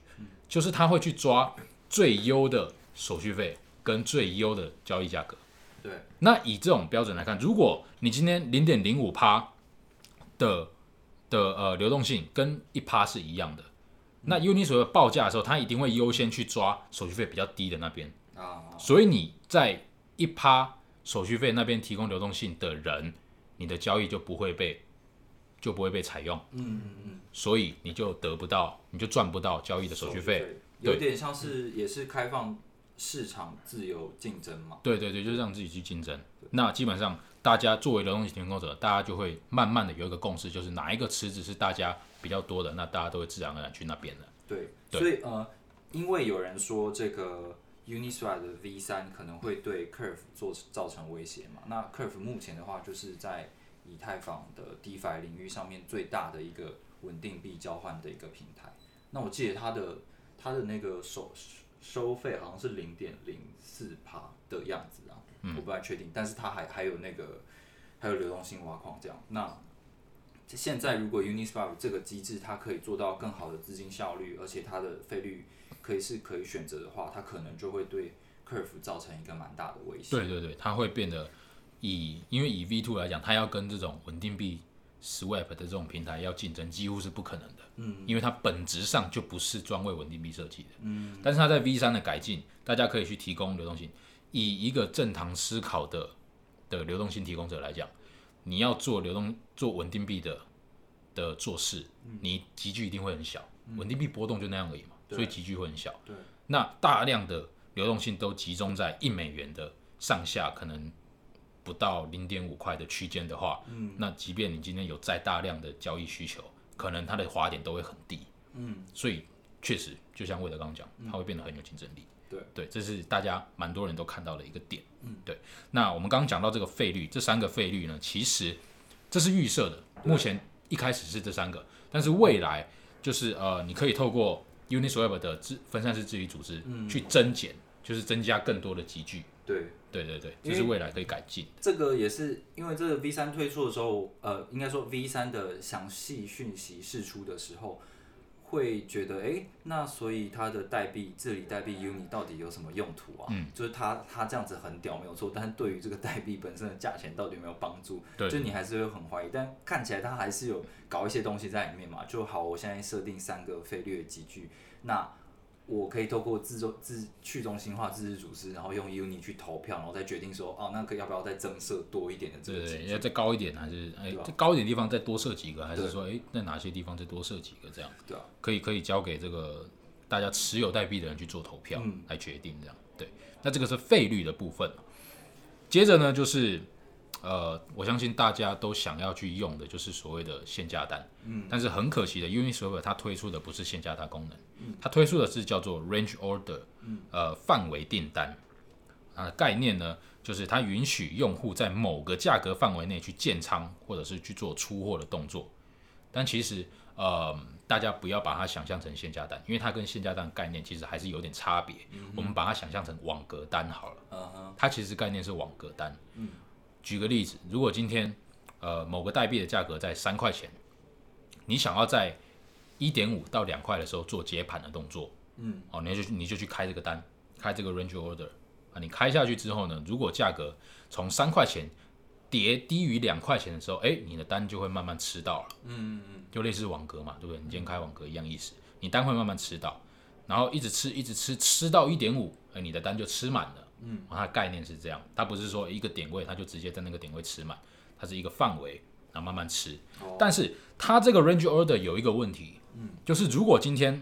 Speaker 1: 就是它会去抓最优的手续费跟最优的交易价格。
Speaker 2: 对
Speaker 1: 那以这种标准来看，如果你今天零点零五趴的的呃流动性跟一趴是一样的，那 Uniswap 报价的时候，它一定会优先去抓手续费比较低的那边，
Speaker 2: 啊，
Speaker 1: 所以你在一趴手续费那边提供流动性的人，你的交易就不会被就不会被采用，
Speaker 2: 嗯嗯嗯，
Speaker 1: 所以你就得不到，你就赚不到交易的手续费。对
Speaker 2: 有点像是也是开放市场自由竞争嘛，
Speaker 1: 对对对，就是让自己去竞争。那基本上，大家作为流动性提供者，大家就会慢慢的有一个共识，就是哪一个池子是大家比较多的，那大家都会自然而然去那边的。
Speaker 2: 对，
Speaker 1: 对
Speaker 2: 所以呃，因为有人说这个 Uniswap 的 V 三可能会对 Curve 做造成威胁嘛，那 Curve 目前的话就是在以太坊的 DeFi 领域上面最大的一个稳定币交换的一个平台。那我记得它的它的那个收收费好像是零点零四趴的样子啊，我不太确定，但是它还还有那个还有流动性挖矿这样。那现在如果 Uniswap 这个机制它可以做到更好的资金效率，而且它的费率可以是可以选择的话，它可能就会对 Curve 造成一个蛮大的威胁。
Speaker 1: 对对对，它会变得以因为以 V two 来讲，它要跟这种稳定币 Swap 的这种平台要竞争，几乎是不可能的。嗯，因为它本质上就不是专为稳定币设计的。嗯，但是它在 V 三的改进，大家可以去提供流动性。以一个正常思考的的流动性提供者来讲，你要做流动做稳定币的的做事，你集聚一定会很小。稳定币波动就那样而已嘛，所以集聚会很小。
Speaker 2: 对，
Speaker 1: 那大量的流动性都集中在一美元的上下，可能不到零点五块的区间的话，嗯，那即便你今天有再大量的交易需求，可能它的滑点都会很低。
Speaker 2: 嗯，
Speaker 1: 所以确实，就像魏德刚刚讲，它会变得很有竞争力。
Speaker 2: 对
Speaker 1: 对，这是大家蛮多人都看到的一个点。嗯，对。那我们刚刚讲到这个费率，这三个费率呢，其实这是预设的，目前一开始是这三个，但是未来就是呃，你可以透过 Uniswap 的治分散式治理组织
Speaker 2: 嗯
Speaker 1: 去增减，就是增加更多的集聚。
Speaker 2: 对，
Speaker 1: 对对对，这
Speaker 2: 因为
Speaker 1: 是未来可以改进。
Speaker 2: 这个也是因为这个 V 三推出的时候，呃，应该说 V 三的详细讯息释出的时候，会觉得，诶，那所以它的代币治理代币 Uni 到底有什么用途啊？
Speaker 1: 嗯
Speaker 2: 就是它它这样子很屌没有错，但是对于这个代币本身的价钱到底有没有帮助，
Speaker 1: 对
Speaker 2: 就你还是会很怀疑。但看起来它还是有搞一些东西在里面嘛。就好，我现在设定三个费略集聚，那我可以透过自中自去中心化自治组织，然后用 Uni 去投票，然后再决定说，哦，那个要不要再增设多一点的这
Speaker 1: 对
Speaker 2: 个
Speaker 1: 对
Speaker 2: 集
Speaker 1: 对，
Speaker 2: 聚
Speaker 1: 要再高一点，还是哎
Speaker 2: 对吧，
Speaker 1: 再高一点地方再多设几个，还是
Speaker 2: 对
Speaker 1: 说哎，在哪些地方再多设几个这样？
Speaker 2: 对啊，
Speaker 1: 可以可以交给这个大家持有代币的人去做投票、
Speaker 2: 嗯
Speaker 1: 来决定这样。对，那这个是费率的部分。接着呢，就是呃，我相信大家都想要去用的，就是所谓的限价单。嗯，但是很可惜的，Uniswap 它推出的不是限价单功能，
Speaker 2: 嗯
Speaker 1: 它推出的是叫做 Range Order，、呃，范围订单。它的概念呢，就是它允许用户在某个价格范围内去建仓，或者是去做出货的动作。但其实，呃，大家不要把它想象成限价单，因为它跟限价单概念其实还是有点差别。我们把它想象成网格单好了，
Speaker 2: 嗯哼，
Speaker 1: 它其实概念是网格单。嗯，举个例子，如果今天呃某个代币的价格在三块钱，你想要在一点五到两块的时候做接盘的动作，
Speaker 2: 嗯，
Speaker 1: 哦，你就去你就去开这个单，开这个 range order 啊，你开下去之后呢，如果价格从三块钱跌低于两块钱的时候，哎，你的单就会慢慢吃到了。
Speaker 2: 嗯嗯
Speaker 1: 就类似网格嘛，对不对？你今天开网格一样意思，你单会慢慢吃到，然后一直吃，一直吃，吃到一点五，哎，你的单就吃满了。嗯，它的概念是这样，它不是说一个点位它就直接在那个点位吃满，它是一个范围，然后慢慢吃。但是它这个 range order 有一个问题，嗯，就是如果今天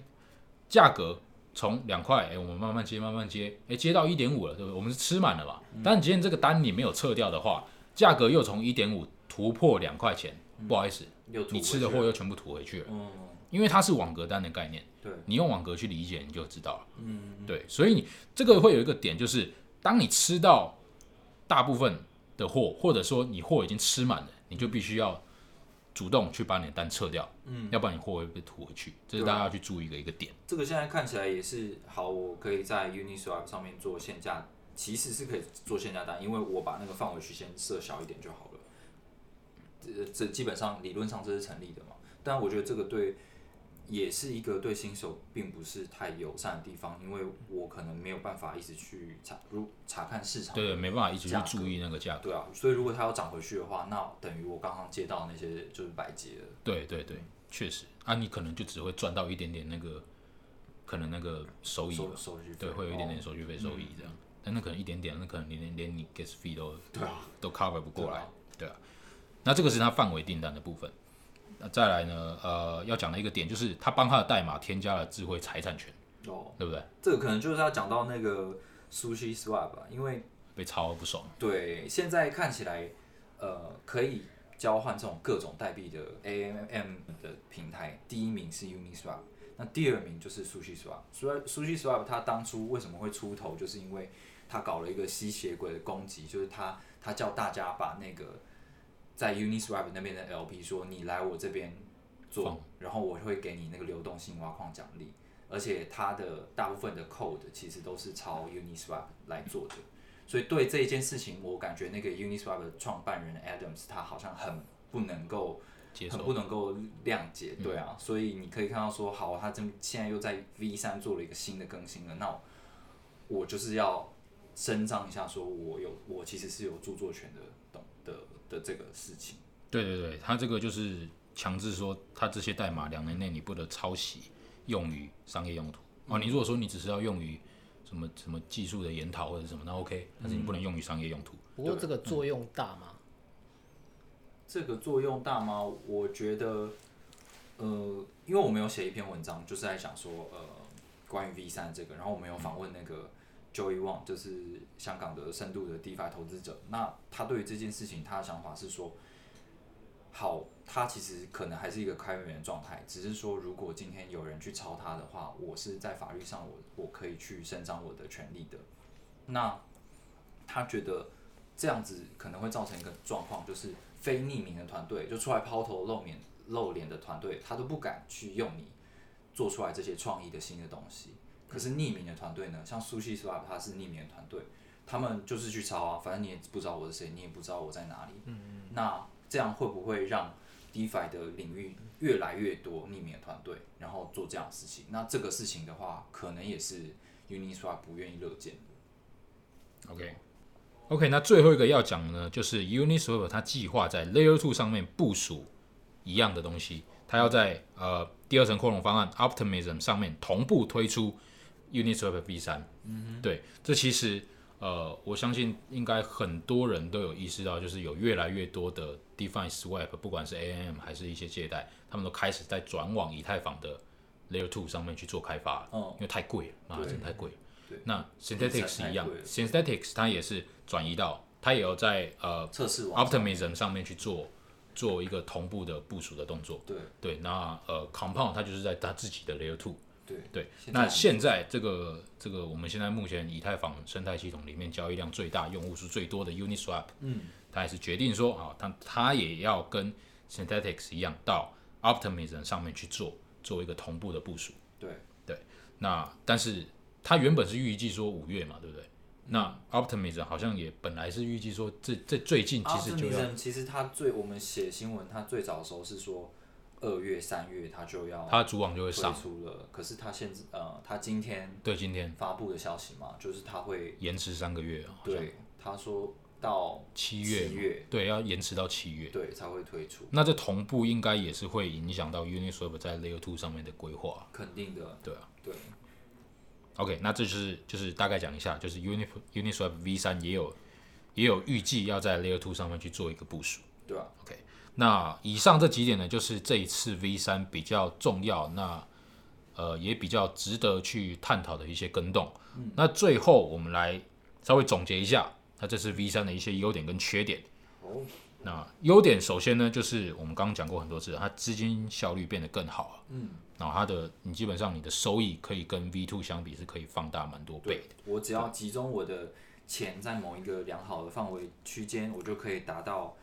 Speaker 1: 价格从两块，哎，我们慢慢接，慢慢接，哎，接到一点五了，对不对？我们是吃满了嘛。但你今天这个单你没有撤掉的话，价格又从一点五突破两块钱，不好意思，
Speaker 2: 嗯，又吐
Speaker 1: 你
Speaker 2: 回
Speaker 1: 吃的
Speaker 2: 去
Speaker 1: 货
Speaker 2: 了
Speaker 1: 又全部吐回去了，
Speaker 2: 嗯，
Speaker 1: 因为它是网格单的概念，
Speaker 2: 对，
Speaker 1: 你用网格去理解你就知道了。
Speaker 2: 嗯
Speaker 1: 对，所以你这个会有一个点，就是当你吃到大部分的货，或者说你货已经吃满了，你就必须要主动去把你的单撤掉，
Speaker 2: 嗯，
Speaker 1: 要不然你货会被吐回去，这是
Speaker 2: 对啊
Speaker 1: 大家要去注意的一个点。
Speaker 2: 这个现在看起来也是好，我可以在 Uniswap 上面做限价，其实是可以做限价单，因为我把那个范围区先设小一点就好了。这这基本上理论上这是成立的嘛，但我觉得这个对也是一个对新手并不是太友善的地方，因为我可能没有办法一直去查如查看市场，
Speaker 1: 对对，没办法一直去
Speaker 2: 啊价格
Speaker 1: 注意那个价格。
Speaker 2: 对啊，所以如果它要涨回去的话，那等于我刚刚接到那些就是白接的，
Speaker 1: 对对对，确实啊，你可能就只会赚到一点点那个，可能那个收益吧
Speaker 2: 收，收续费
Speaker 1: 嗯对，会有一点点
Speaker 2: 哦
Speaker 1: 手续费收益这样，但那可能一点点，那可能连连你 gas fee 都
Speaker 2: 对啊
Speaker 1: 都 cover 不过
Speaker 2: 对
Speaker 1: 来
Speaker 2: 啊，
Speaker 1: 对啊。那这个是它范围订单的部分。那再来呢，呃，要讲的一个点就是它帮它的代码添加了智慧财产权，
Speaker 2: 哦，
Speaker 1: 对不对？
Speaker 2: 这个可能就是要讲到那个 Sushi Swap 吧，因为
Speaker 1: 被超不爽，
Speaker 2: 对，现在看起来，呃，可以交换这种各种代币的 AMM 的平台，第一名是 Uniswap，那第二名就是 SushiSwap。Sushi- SushiSwap 它当初为什么会出头，就是因为它搞了一个吸血鬼的攻击，就是它它叫大家把那个在 Uniswap 那边的 LP 说，你来我这边
Speaker 1: 放
Speaker 2: 做，然后我会给你那个流动性挖矿奖励。而且它的大部分的 code 其实都是抄 Uniswap 来做的，所以对这一件事情，我感觉那个 Uniswap 的创办人 Adams 他好像很不能够，
Speaker 1: 接
Speaker 2: 很不
Speaker 1: 受嗯
Speaker 2: 能够谅解，对啊，所以你可以看到说，好，他真现在又在 V 三做了一个新的更新了，那我我就是要伸张一下，说我有我其实是有著作权的，懂的的这个事情，
Speaker 1: 对对对，它这个就是强制说，它这些代码两年内你不得抄袭用于商业用途。哦，你
Speaker 2: 嗯
Speaker 1: 如果说你只是要用于什么什么技术的研讨或者什么，那 OK，但是你不能用于商业用途。
Speaker 4: 不过这个作用大吗？
Speaker 2: 这个作用大吗？我觉得，呃，因为我们有写一篇文章，就是在讲说，呃，关于 V 三这个，然后我们有访问那个 Joey Wang，就是香港的深度的 DeFi 投资者，那他对于这件事情他的想法是说，好，他其实可能还是一个开源的状态，只是说如果今天有人去抄他的话，我是在法律上我我可以去伸张我的权利的。那他觉得这样子可能会造成一个状况，就是非匿名的团队就出来抛头露面露脸的团队，他都不敢去用你做出来这些创意的新的东西。可是匿名的团队呢，像 Sushi Swap 它是匿名的团队，他们就是去抄啊，反正你也不知道我是谁，你也不知道我在哪里。嗯、那这样会不会让 DeFi 的领域越来越多匿名的团队，然后做这样的事情？那这个事情的话，可能也是 Uniswap 不愿意乐见的。
Speaker 1: OK。OK，那最后一个要讲呢，就是 Uniswap 它计划在 Layer Two 上面部署一样的东西，它要在呃第二层扩容方案 Optimism 上面同步推出 Uniswap V 三。嗯对，这其实呃，我相信应该很多人都有意识到，就是有越来越多的 DeFi Swap，不管是 AM 还是一些借贷，他们都开始在转往以太坊的 Layer Two 上面去做开发了，
Speaker 2: 哦
Speaker 1: 因为太贵了，妈的
Speaker 2: 对
Speaker 1: 真的太贵了。
Speaker 2: 对
Speaker 1: 那 Synthetics
Speaker 2: 太
Speaker 1: 一样
Speaker 2: 贵了
Speaker 1: ，Synthetics 它也是转移到，它也有在呃
Speaker 2: 测试网
Speaker 1: Optimism 上面去做做一个同步的部署的动作。
Speaker 2: 对
Speaker 1: 对，那呃 Compound 它就是在它自己的 Layer Two。
Speaker 2: 对
Speaker 1: 对，
Speaker 2: 现在
Speaker 1: 那现在这个这个我们现在目前以太坊生态系统里面交易量最大、用户数最多的 Uniswap，
Speaker 2: 嗯，
Speaker 1: 它也是决定说啊，它它也要跟 Synthetics 一样到 Optimism 上面去做做一个同步的部署。
Speaker 2: 对
Speaker 1: 那但是它原本是预计说五月嘛，对不对？那 Optimism 好像也本来是预计说这这最近
Speaker 2: 啊
Speaker 1: 其实就要
Speaker 2: Optimism 其实它最我们写新闻，它最早的时候是说二月、三月它就要
Speaker 1: 它的主网就会
Speaker 2: 推
Speaker 1: 上，
Speaker 2: 出了，可是它现在呃，它今天
Speaker 1: 对，今天
Speaker 2: 发布的消息嘛，就是它会
Speaker 1: 延迟三个月，啊好像
Speaker 2: 对他说到
Speaker 1: 七月
Speaker 2: 七
Speaker 1: 嘛
Speaker 2: 月，
Speaker 1: 对，要延迟到七月。
Speaker 2: 对才会推出，
Speaker 1: 那这同步应该也是会影响到 Uniswap 在 Layer Two 上面的规划，
Speaker 2: 肯定的，
Speaker 1: 对啊。
Speaker 2: 对
Speaker 1: OK，那这就是就是大概讲一下，就是 Uni Uniswap V 三也有也有预计要在 Layer Two 上面去做一个部署。
Speaker 2: 对啊，
Speaker 1: OK，那以上这几点呢，就是这一次 V 三比较重要，那呃也比较值得去探讨的一些跟动。
Speaker 2: 嗯
Speaker 1: 那最后我们来稍微总结一下，那这次 V 三的一些优点跟缺点。
Speaker 2: 哦，
Speaker 1: 那优点首先呢，就是我们刚刚讲过很多次，它资金效率变得更好了，
Speaker 2: 嗯，
Speaker 1: 然后它的你基本上你的收益可以跟 V two 相比是可以放大蛮多倍
Speaker 2: 对
Speaker 1: 的。
Speaker 2: 我只要集中我的钱在某一个良好的范围区间，我就可以达到。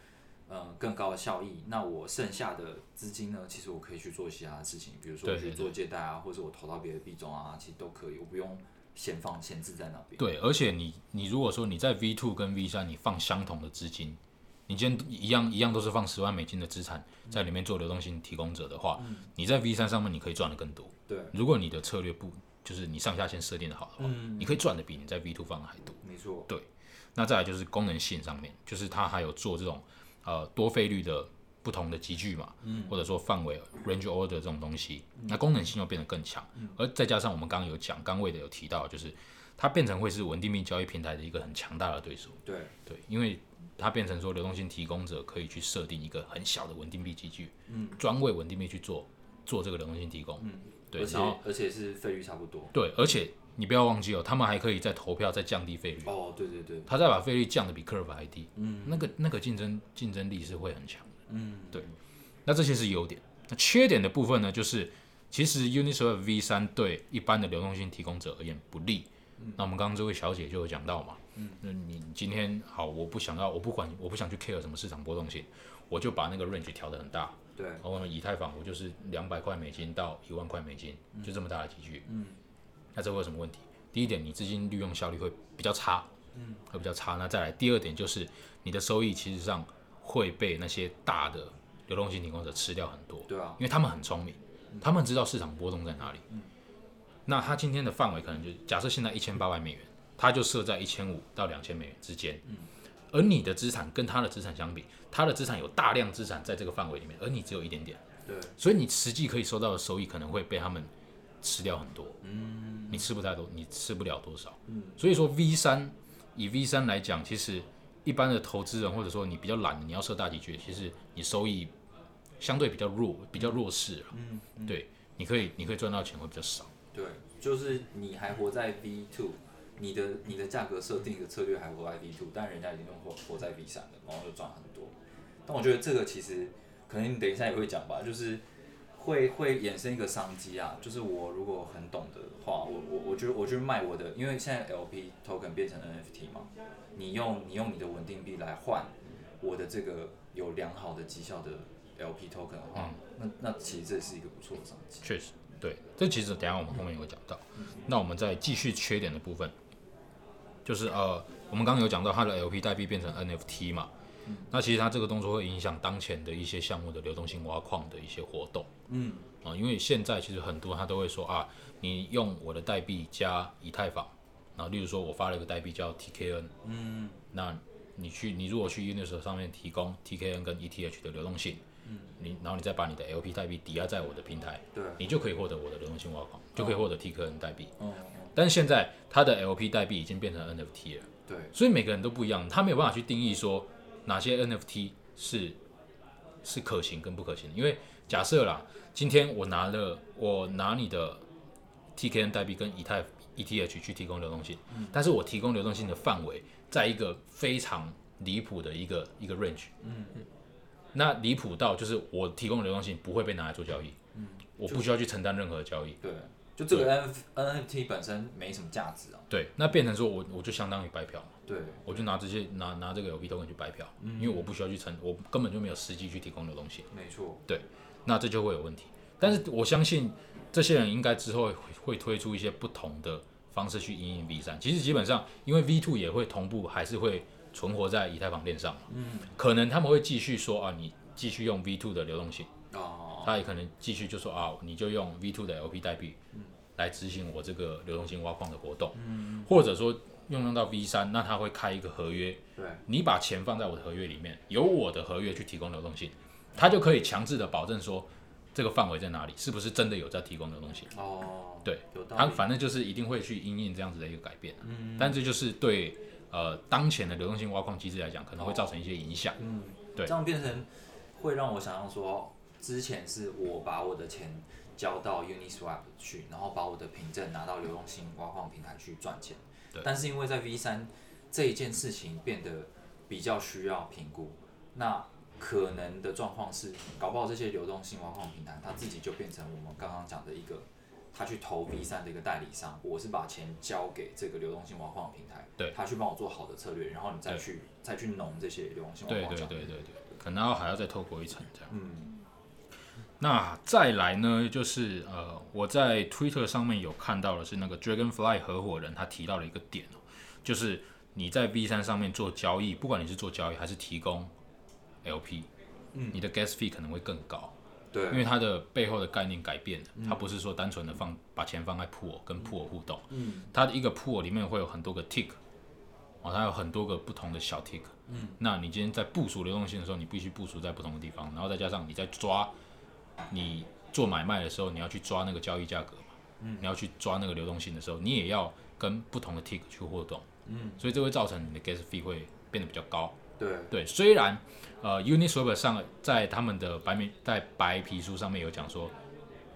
Speaker 2: 呃更高的效益。那我剩下的资金呢？其实我可以去做其他的事情，比如说我
Speaker 1: 对
Speaker 2: 去
Speaker 1: 对
Speaker 2: 做借贷啊，或者我投到别的币种啊，其实都可以，我不用闲放闲置在那边。
Speaker 1: 对，而且你你如果说你在 V two 跟 V 三你放相同的资金，你今天一样一样都是放十万美金的资产
Speaker 2: 嗯
Speaker 1: 在里面做流动性提供者的话，你在 V 三上面你可以赚的更多。
Speaker 2: 对，
Speaker 1: 如果你的策略不就是你上下线设定的好的话，
Speaker 2: 嗯
Speaker 1: 你可以赚的比你在 V two 放的还多。
Speaker 2: 没错，
Speaker 1: 那再来就是功能性上面，就是它还有做这种呃多费率的不同的集聚嘛，
Speaker 2: 嗯
Speaker 1: 或者说范围 range order 这种东西，那功能性又变得更强，
Speaker 2: 嗯
Speaker 1: 而再加上我们刚刚有讲，刚位的有提到，就是它变成会是稳定币交易平台的一个很强大的对手，
Speaker 2: 对，
Speaker 1: 对，因为它变成说流动性提供者可以去设定一个很小的稳定币集聚，
Speaker 2: 嗯，
Speaker 1: 专为稳定币去做做这个流动性提供，
Speaker 2: 嗯，
Speaker 1: 对，
Speaker 2: 而且
Speaker 1: 然后
Speaker 2: 而且是费率差不多。
Speaker 1: 对，而且你不要忘记哦，他们还可以在投票再降低费率，
Speaker 2: 哦，对对对，
Speaker 1: 他再把费率降的比 Curve 还低，
Speaker 2: 嗯，
Speaker 1: 那个那个竞争竞争力是会很强的。
Speaker 2: 嗯，
Speaker 1: 对那这些是优点，那缺点的部分呢，就是其实 Uniswap V 三对一般的流动性提供者而言不利。
Speaker 2: 嗯
Speaker 1: 那我们刚刚这位小姐就有讲到嘛，嗯，那你今天好，我不想要，我不管，我不想去 care 什么市场波动性，我就把那个 range 调得很大，
Speaker 2: 对，
Speaker 1: 然后呢，哦以太坊我就是两百块美金到一万块美金，就这么大的集聚。
Speaker 2: 嗯，
Speaker 1: 那这会有什么问题？第一点，你资金利用效率会比较差，嗯，会比较差。那再来，第二点就是你的收益其实上会被那些大的流动性提供者吃掉很多，
Speaker 2: 对啊嗯
Speaker 1: 因为他们很聪明，他们知道市场波动在哪里。那他今天的范围可能就假设现在一千八百美元，他就设在一千五到两千美元之间。
Speaker 2: 嗯
Speaker 1: 而你的资产跟他的资产相比，他的资产有大量资产在这个范围里面，而你只有一点点，
Speaker 2: 对，
Speaker 1: 所以你实际可以收到的收益可能会被他们吃掉很多。嗯，你吃不太多，你吃不了多少。嗯，所以说 V 三以 V 三来讲，其实一般的投资人或者说你比较懒的，你要设大几局，其实你收益相对比较弱，比较弱势了。嗯，对，你可以你可以赚到钱会比较少。
Speaker 2: 对，就是你还活在 V two，你的你的价格设定的策略还活在 V two，但人家已经活活在 V 三了，然后就赚很多。但我觉得这个其实可能你等一下也会讲吧，就是会会衍生一个商机啊，就是我如果很懂的话，我我我就我就卖我的，因为现在 LP token 变成 NFT 嘛，你用你用你的稳定币来换我的这个有良好的绩效的 LP token 的话，那那其实这是一个不错的商机。
Speaker 1: 确实，对，这其实等一下我们后面有讲到。那我们再继续缺点的部分，就是呃，我们刚刚有讲到它的 LP 代币变成 NFT 嘛，那其实它这个动作会影响当前的一些项目的流动性挖矿的一些活动。
Speaker 2: 嗯，
Speaker 1: 啊、因为现在其实很多他都会说啊，你用我的代币加以太坊，然后例如说我发了一个代币叫 TKN，嗯，那你去你如果去 Uniswap 上面提供 TKN 跟 ETH 的流动性，嗯，你然后你再把你的 LP 代币抵押在我的平台，
Speaker 2: 对
Speaker 1: 你就可以获得我的流动性挖矿，就可以获得 TKN 代币。
Speaker 2: 嗯，
Speaker 1: 但是现在它的 LP 代币已经变成 NFT 了，
Speaker 2: 对，
Speaker 1: 所以每个人都不一样，他没有办法去定义说哪些 NFT 是是可行跟不可行的。因为假设啦，今天我拿了我拿你的 TKN 代币跟以太 ETH 去提供流动性，但是我提供流动性的范围在一个非常离谱的一个一个 range，嗯，那离谱到就是我提供流动性不会被拿来做交易，嗯，我不需要去承担任何交易，
Speaker 2: 对，就这个 N NFT 本身没什么价值啊。
Speaker 1: 对，那变成说我我就相当于白嫖嘛。
Speaker 2: 对，
Speaker 1: 我就拿这些拿拿这个 LP token 去白嫖，因为我不需要去承，我根本就没有实际去提供流动性，
Speaker 2: 没错，
Speaker 1: 那这就会有问题。但是我相信这些人应该之后会会推出一些不同的方式去引领 V 三。其实基本上，因为 V two 也会同步，还是会存活在以太坊链上嘛。嗯，可能他们会继续说啊，你继续用 V two 的流动性，
Speaker 2: 哦，
Speaker 1: 他也可能继续就说啊，你就用 V two 的 LP 代币
Speaker 2: 嗯
Speaker 1: 来执行我这个流动性挖矿的活动，
Speaker 2: 嗯
Speaker 1: 或者说用用到 V 三，那他会开一个合约。
Speaker 2: 对，
Speaker 1: 你把钱放在我的合约里面，由我的合约去提供流动性，他就可以强制的保证说这个范围在哪里，是不是真的有在提供流动性？
Speaker 2: 哦，
Speaker 1: 对，
Speaker 2: 有道理。
Speaker 1: 他反正就是一定会去因应这样子的一个改变、嗯，但这就是对呃当前的流动性挖矿机制来讲，可能会造成一些影响。
Speaker 2: 嗯，
Speaker 1: 对
Speaker 2: 这样变成会让我想象说，之前是我把我的钱交到 Uniswap 去，然后把我的凭证拿到流动性挖矿平台去赚钱
Speaker 1: 对。
Speaker 2: 但是因为在 V 三这一件事情变得比较需要评估，那可能的状况是，搞不好这些流动性挖矿平台它自己就变成我们刚刚讲的一个。他去投 V 三的一个代理商，我是把钱交给这个流动性挖矿平台，
Speaker 1: 对
Speaker 2: 他去帮我做好的策略，然后你再
Speaker 1: 对
Speaker 2: 去再去弄这些流动性挖
Speaker 1: 对
Speaker 2: 矿
Speaker 1: 对
Speaker 2: 项
Speaker 1: 对
Speaker 2: 目。
Speaker 1: 对对，可能要还要再透过一层这样。
Speaker 2: 嗯
Speaker 1: 那再来呢，就是呃，我在 Twitter 上面有看到的是那个 Dragonfly 合伙人他提到了一个点哦，就是你在 V 三上面做交易，不管你是做交易还是提供 LP，
Speaker 2: 嗯
Speaker 1: 你的 gas fee 可能会更高，，
Speaker 2: 对，嗯
Speaker 1: 因为它的背后的概念改变了，它不是说单纯的放把钱放在 pool 跟 pool 互动，
Speaker 2: 嗯
Speaker 1: 它的一个 pool 里面会有很多个 tick，哦，它有很多个不同的小 tick。嗯，那你今天在部署流动性的时候，你必须部署在不同的地方，然后再加上你在抓你做买卖的时候，你要去抓那个交易价格嘛，嗯，你要去抓那个流动性的时候，你也要跟不同的 tick 去互动，嗯，所以这会造成你的 gas fee 会变得比较高。
Speaker 2: 对，
Speaker 1: 对，虽然呃，Uniswap 上在他们的白名在白皮书上面有讲说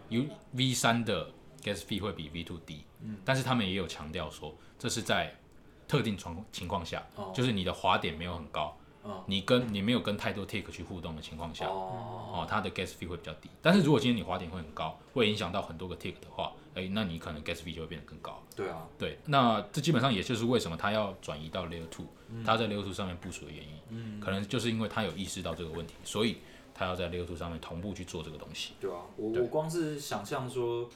Speaker 1: ，U V 三的 gas fee 会比 V two 低，嗯，但是他们也有强调说，这是在特定情况情况下，
Speaker 2: 哦
Speaker 1: 就是你的滑点没有很高，
Speaker 2: 嗯
Speaker 1: 你跟你没有跟太多 take 去互动的情况下，
Speaker 2: 哦，
Speaker 1: 哦，它的 gas fee 会比较低。但是如果今天你滑点会很高，会影响到很多个 take 的话，哎、那你可能 gas fee 就会变得更高。
Speaker 2: 对啊，
Speaker 1: 对，那这基本上也就是为什么他要转移到 Layer Two，、他
Speaker 2: 嗯
Speaker 1: 在 Layer Two 上面部署的原因，可能就是因为他有意识到这个问题，所以他要在 Layer Two 上面同步去做这个东西。
Speaker 2: 对啊，我
Speaker 1: 对
Speaker 2: 我光是想象说，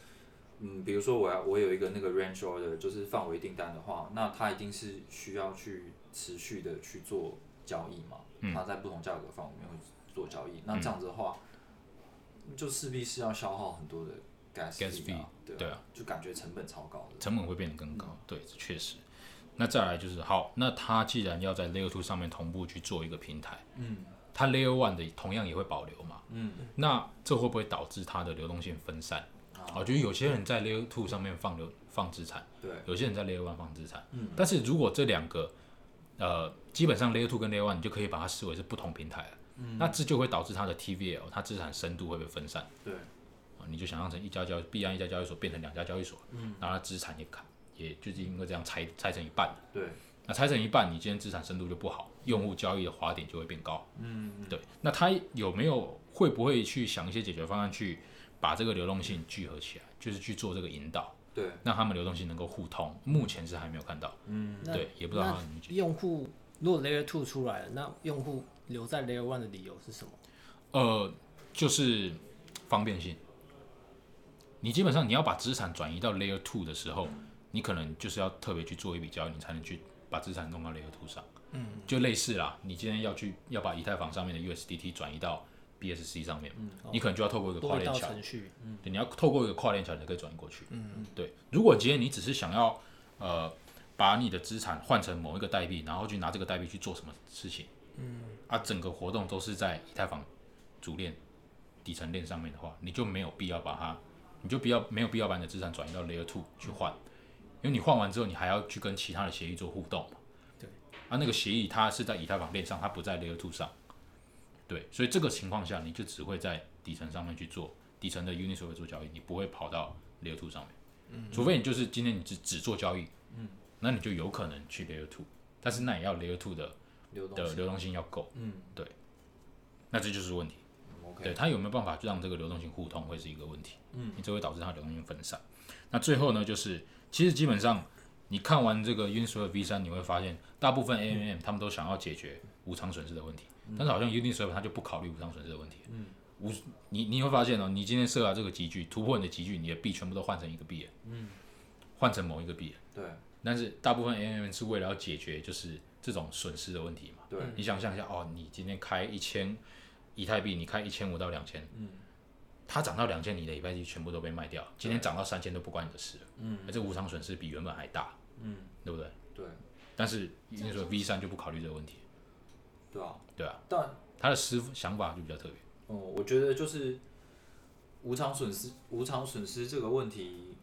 Speaker 2: 嗯，比如说我要我有一个那个 range order，就是范围订单的话，那它一定是需要去持续的去做交易嘛，
Speaker 1: 嗯
Speaker 2: 它在不同价格范围里面会做交易，那这样子的话，就势必是要消耗很多的 gas
Speaker 1: Gas
Speaker 2: fee 啊
Speaker 1: fee，
Speaker 2: 对
Speaker 1: 对
Speaker 2: 啊
Speaker 1: 啊，
Speaker 2: 就感觉成本超高的，
Speaker 1: 成本会变得更高。
Speaker 2: 嗯
Speaker 1: 对，这确实。那再来就是，好，那它既然要在 Layer Two 上面同步去做一个平台，
Speaker 2: 嗯
Speaker 1: 它 Layer One 的同样也会保留嘛？
Speaker 2: 嗯，
Speaker 1: 那这会不会导致它的流动性分散？
Speaker 2: 啊
Speaker 1: 我觉得有些人在 Layer Two 上面放流放资产，
Speaker 2: 对，嗯
Speaker 1: 有些人在 Layer One 放资产，但是如果这两个，呃，基本上 Layer Two 跟 Layer One 你就可以把它视为是不同平台了，
Speaker 2: 嗯
Speaker 1: 那这就会导致它的 TVL 它资产深度会被分散，
Speaker 2: 对，
Speaker 1: 啊你就想象成一家交币安一家交易所变成两家交易所，
Speaker 2: 嗯
Speaker 1: 然后它资产也砍，也就是因为这样拆拆成一半了，
Speaker 2: 对，
Speaker 1: 那拆成一半，你今天资产深度就不好，用户交易的滑点就会变高，
Speaker 2: 嗯
Speaker 1: 对，那它有没有会不会去想一些解决方案去把这个流动性聚合起来，就是去做这个引导？
Speaker 2: 对，
Speaker 1: 让他们流动性能够互通，目前是还没有看到。
Speaker 4: 嗯那
Speaker 1: 对也不知道他们
Speaker 4: 那用户如果 Layer Two 出来了，那用户留在 Layer One 的理由是什么？
Speaker 1: 呃，就是方便性。你基本上你要把资产转移到 Layer Two 的时候，你可能就是要特别去做一笔交易，你才能去把资产弄到 Layer Two 上。嗯，就类似啦，你今天要去要把以太坊上面的 USDT 转移到 BSC 上面，你可能就要透过一个跨
Speaker 4: 嗯哦多一
Speaker 1: 链
Speaker 4: 道
Speaker 1: 桥，
Speaker 4: 程序，
Speaker 1: 对，你要透过一个跨链桥，你才可以转移过去。嗯，对。如果今天你只是想要呃把你的资产换成某一个代币，然后去拿这个代币去做什么事情，嗯，啊，整个活动都是在以太坊主链底层链上面的话，你就没有必要把它，你就必要没有必要把你的资产转移到 Layer Two 去换，因为你换完之后，你还要去跟其他的协议做互动嘛。
Speaker 4: 对。
Speaker 1: 啊，那个协议它是在以太坊链上，它不在 Layer Two 上。对，所以这个情况下，你就只会在底层上面去做底层的 Uniswap 做交易，你不会跑到 Layer Two 上面。除非你就是今天你只只做交易，嗯，那你就有可能去 Layer Two，但是那也要 Layer Two 的
Speaker 2: 流动
Speaker 1: 的
Speaker 2: 性，
Speaker 1: 流动性要够，
Speaker 2: 嗯，
Speaker 1: 对，那这就是问题。
Speaker 2: 嗯
Speaker 1: 对
Speaker 2: OK，
Speaker 1: 它有没有办法让这个流动性互通会是一个问题，嗯，你这会导致它流动性分散。那最后呢，就是其实基本上你看完这个 Uniswap V 三，你会发现大部分 AMM 他们都想要解决无偿损失的问题，但是好像 Uniswap 它就不考虑无偿损失的问题，嗯，无你你会发现哦，你今天设了这个集聚，突破你的集聚，你的币全部都换成一个币，嗯，换成某一个币，
Speaker 2: 对
Speaker 1: 但是大部分 AMM 是为了要解决就是这种损失的问题嘛。
Speaker 2: 对
Speaker 1: 你想象一下哦，你今天开一千以太币，你开一千五到两千，嗯，它涨到两千，你的以太币全部都被卖掉，今天涨到三千都不关你的事了，嗯，这无偿损失比原本还大，嗯，对不对？
Speaker 2: 对
Speaker 1: 但是你说 V 三就不考虑这个问题，
Speaker 2: 对啊，
Speaker 1: 对啊，
Speaker 2: 但
Speaker 1: 他的思想法就比较特别，
Speaker 2: 哦，我觉得就是无偿损失，无偿损失这个问题，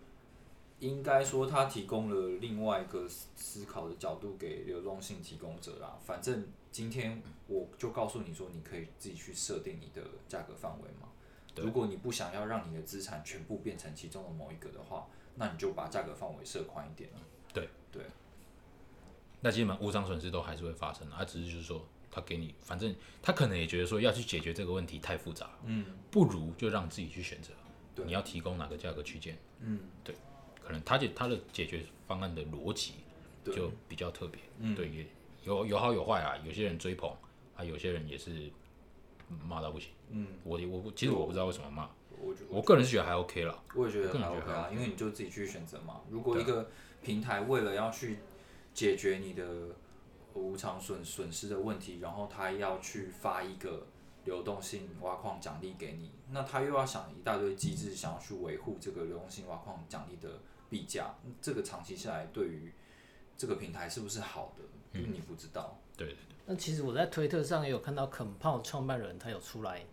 Speaker 2: 应该说它提供了另外一个思思考的角度给流动性提供者啦。反正今天我就告诉你说，你可以自己去设定你的价格范围嘛。
Speaker 1: 对
Speaker 2: 如果你不想要让你的资产全部变成其中的某一个的话，那你就把价格范围设宽一点了。
Speaker 1: 对
Speaker 2: 对，
Speaker 1: 那基本上无偿损失都还是会发生的，啊他只是就是说他给你，反正他可能也觉得说要去解决这个问题太复杂了。
Speaker 2: 嗯，
Speaker 1: 不如就让自己去选择，
Speaker 2: 对
Speaker 1: 你要提供哪个价格区间，
Speaker 2: 嗯，
Speaker 1: 对，可能他解他的解决方案的逻辑
Speaker 2: 对嗯
Speaker 1: 就比较特别，对，也有有好有坏啊，有些人追捧啊，有些人也是骂到不行，嗯，我我不其实我不知道为什么骂，
Speaker 2: 我觉得
Speaker 1: 我个人是觉得还 OK 了，
Speaker 2: 我也觉得
Speaker 1: 个
Speaker 2: 还啊
Speaker 1: 人觉
Speaker 2: OK
Speaker 1: 得还
Speaker 2: 啊，因为你就自己去选择嘛。如果一个平台为了要去解决你的无偿损损失的问题，然后他要去发一个流动性挖矿奖励给你，那他又要想一大堆机制，想要去维护这个流动性挖矿奖励的币价，这个长期下来对于这个平台是不是好的，你不知道。
Speaker 1: 对对
Speaker 4: 那其实我在推特上也有看到 Compound 创办人他有出来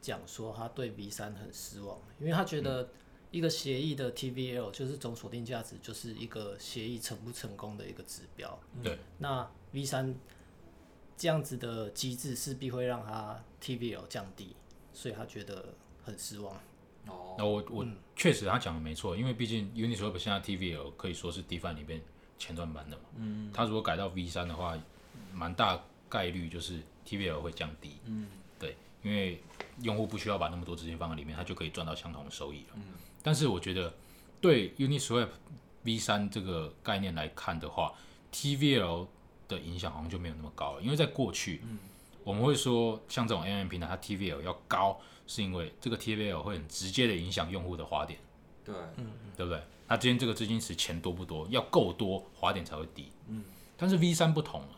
Speaker 4: 讲说他对 V 三很失望，因为他觉得一个协议的 TVL 就是总锁定价值，就是一个协议成不成功的一个指标。
Speaker 1: 对，
Speaker 4: 那 V 三这样子的机制势必会让他 TVL 降低，所以他觉得很失望。
Speaker 2: 哦，
Speaker 1: 那我我确实他讲的没错，因为毕竟 Uniswap 现在 TVL 可以说是 DeFi 里面前段班的嘛，嗯，他如果改到 V 三的话，蛮大概率就是 TVL 会降低，嗯，对，因为用户不需要把那么多资金放在里面，他就可以赚到相同的收益了。嗯，但是我觉得对 Uniswap V 三这个概念来看的话，TVL 的影响好像就没有那么高了，因为在过去，我们会说像这种 M M 平台，它 TVL 要高，是因为这个 TVL 会很直接的影响用户的滑点，
Speaker 2: 对，嗯
Speaker 1: 对不对？那今天这个资金池钱多不多？要够多，滑点才会低。嗯，但是 V 三不同了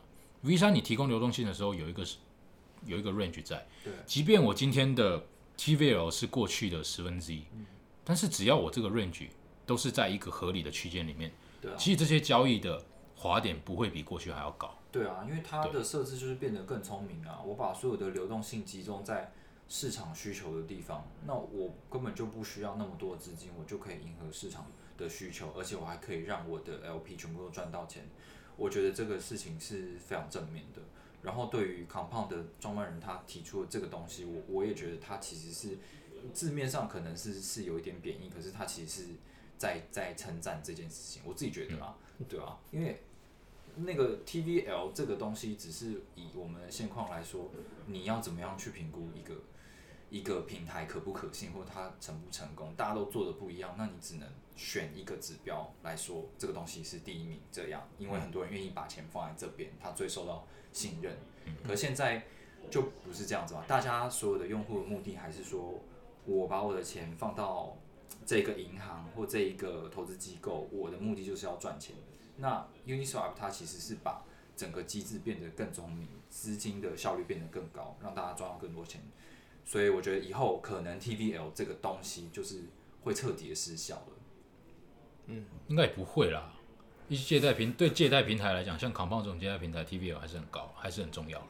Speaker 1: ，V 三你提供流动性的时候有一个是有一个 range 在，
Speaker 2: 对
Speaker 1: 即便我今天的 TVL 是过去的十分之一，
Speaker 2: 嗯
Speaker 1: 但是只要我这个 range 都是在一个合理的区间里面，
Speaker 2: 对啊。
Speaker 1: 其实这些交易的滑点不会比过去还要高。
Speaker 2: 对啊，因为它的设置就是变得更聪明啊。我把所有的流动性集中在市场需求的地方，那我根本就不需要那么多的资金，我就可以迎合市场的需求，而且我还可以让我的 LP 全部都赚到钱。我觉得这个事情是非常正面的。然后对于 Compound 的创办人他提出的这个东西，我我也觉得他其实是字面上可能是是有一点贬义，可是他其实是在在称赞这件事情。我自己觉得啊，对啊，因为那个 TVL 这个东西，只是以我们的现况来说，你要怎么样去评估一个一个平台可不可信，或它成不成功，大家都做的不一样，那你只能选一个指标来说，这个东西是第一名这样，因为很多人愿意把钱放在这边，他最受到信任。可现在就不是这样子嘛，大家所有的用户的目的还是说我把我的钱放到这个银行或这一个投资机构，我的目的就是要赚钱的。那 Uniswap 它其实是把整个机制变得更聪明，资金的效率变得更高，让大家赚到更多钱。所以我觉得以后可能 TVL 这个东西就是会彻底的失效了。
Speaker 1: 应该也不会啦。一借贷平对借贷平台来讲，像 Compound 这种借贷平台，TVL 还是很高，还是很重要啦。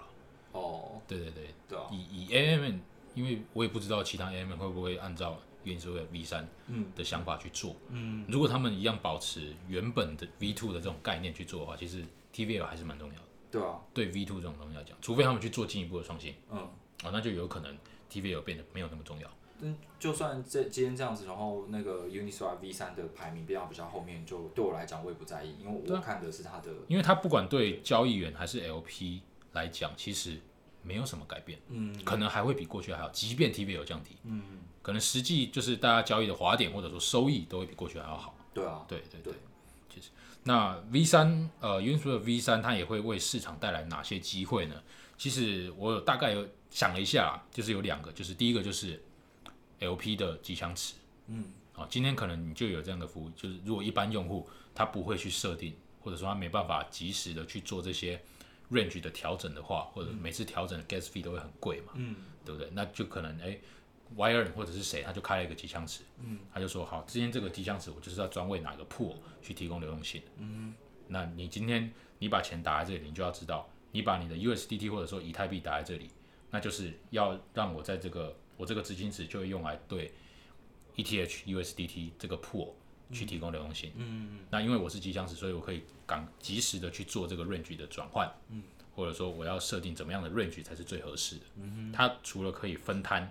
Speaker 2: 哦，
Speaker 1: 对对对，
Speaker 2: 对啊，
Speaker 1: 以以 AMN，因为我也不知道其他 AMN 会不会按照原所谓 V 三
Speaker 2: 嗯
Speaker 1: 的想法去做。
Speaker 2: 嗯，
Speaker 1: 如果他们一样保持原本的 V two 的这种概念去做的话，其实 TVL 还是蛮重要的。
Speaker 2: 对啊，
Speaker 1: 对 V two 这种东西来讲，除非他们去做进一步的创新
Speaker 2: 嗯。
Speaker 1: 啊，那就有可能 TVL 变得没有那么重要。
Speaker 2: 但嗯就算这今天这样子，然后那个 Uniswap V 三的排名变到比较后面，就对我来讲我也不在意，因为
Speaker 1: 对
Speaker 2: 我
Speaker 1: 啊
Speaker 2: 看的是它的
Speaker 1: 因为它不管对交易员还是 LP 来讲，其实没有什么改变，
Speaker 2: 嗯
Speaker 1: 可能还会比过去还好。即便 TVL 降低，
Speaker 2: 嗯，
Speaker 1: 可能实际就是大家交易的滑点或者说收益都会比过去还要好。
Speaker 2: 对啊，
Speaker 1: 对对
Speaker 2: 对
Speaker 1: 对，其实那 V 三呃 u n i s w a V 三它也会为市场带来哪些机会呢？其实我有大概有想了一下啦，就是有两个，就是第一个就是 LP 的机枪池，
Speaker 2: 嗯，
Speaker 1: 啊，今天可能你就有这样的服务，就是如果一般用户他不会去设定，或者说他没办法及时的去做这些 range 的调整的话，或者每次调整的 gas fee 都会很贵嘛，
Speaker 2: 嗯，
Speaker 1: 对不对？那就可能哎。y r n 或者是谁，他就开了一个机枪池，嗯，他就说好，今天这个机枪池我就是要专为哪个 pool 去提供流动性，嗯，那你今天你把钱打在这里，你就要知道，你把你的 USDT 或者说以太币打在这里，那就是要让我在这个我这个资金池就会用来对 E ETH、USDT 这个 pool 去提供流动性。嗯，那因为我是机枪池，所以我可以赶及时的去做这个 range 的转换。嗯，或者说我要设定怎么样的 range 才是最合适的。嗯它除了可以分摊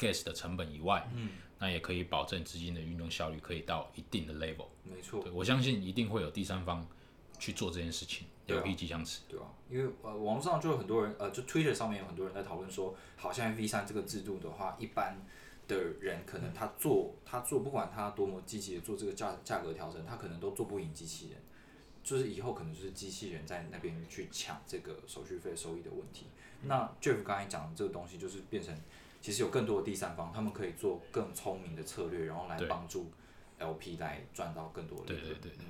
Speaker 1: gas 的成本以外，嗯，那也可以保证资金的运用效率可以到一定的 level。
Speaker 2: 没错
Speaker 1: 对，我相信一定会有第三方去做这件事情，
Speaker 2: 对啊
Speaker 1: 有批机枪池。
Speaker 2: 对啊，因为呃，网络上就有很多人，呃，就 Twitter 上面有很多人在讨论说，好，现在 V 三这个制度的话，一般的人可能他做他做，不管他多么积极的做这个价价格调整，他可能都做不赢机器人，就是以后可能就是机器人在那边去抢这个手续费收益的问题。
Speaker 1: 嗯
Speaker 2: 那 Jeff 刚才讲的这个东西，就是变成其实有更多的第三方，他们可以做更聪明的策略，然后来
Speaker 1: 对
Speaker 2: 帮助 LP 来赚到更多的
Speaker 1: 对
Speaker 2: 利
Speaker 1: 对
Speaker 2: 润。
Speaker 1: 对对对，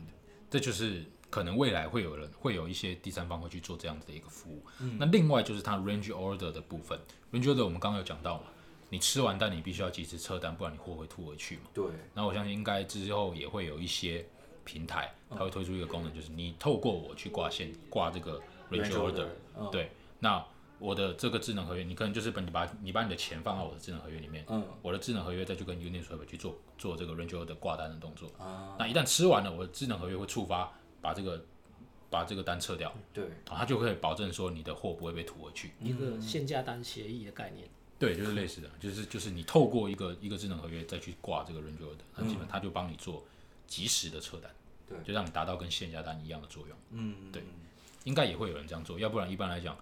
Speaker 1: 这就是可能未来会有人会有一些第三方会去做这样子的一个服务。
Speaker 2: 嗯
Speaker 1: 那另外就是它 range order 的部分，range order 我们刚刚有讲到嘛，你吃完蛋你必须要及时撤单，不然你货会吐回去嘛。
Speaker 2: 对，
Speaker 1: 那我相信应该之后也会有一些平台，它
Speaker 2: 嗯
Speaker 1: 会推出一个功能，就是你透过我去挂线挂这个 range
Speaker 2: Range
Speaker 1: order，
Speaker 2: order，嗯
Speaker 1: 对，那我的这个智能合约，你可能就是把你把你把你的钱放到我的智能合约里面，
Speaker 2: 嗯
Speaker 1: 我的智能合约再去跟 Uniswap 去做做这个 range order 挂单的动作，
Speaker 2: 啊、
Speaker 1: 那一旦吃完了，我的智能合约会触发把这个把这个单撤掉，
Speaker 2: 对，
Speaker 1: 啊，它就可以保证说你的货不会被吐回去。
Speaker 4: 一个限价单协议的概念。
Speaker 1: 对，就是类似的，就是就是你透过一个一个智能合约再去挂这个 range order，那基本它就帮你做及时的撤单，
Speaker 2: 嗯对
Speaker 1: 就让你达到跟限价单一样的作用。
Speaker 2: 嗯，
Speaker 1: 对应该也会有人这样做，要不然一般来讲，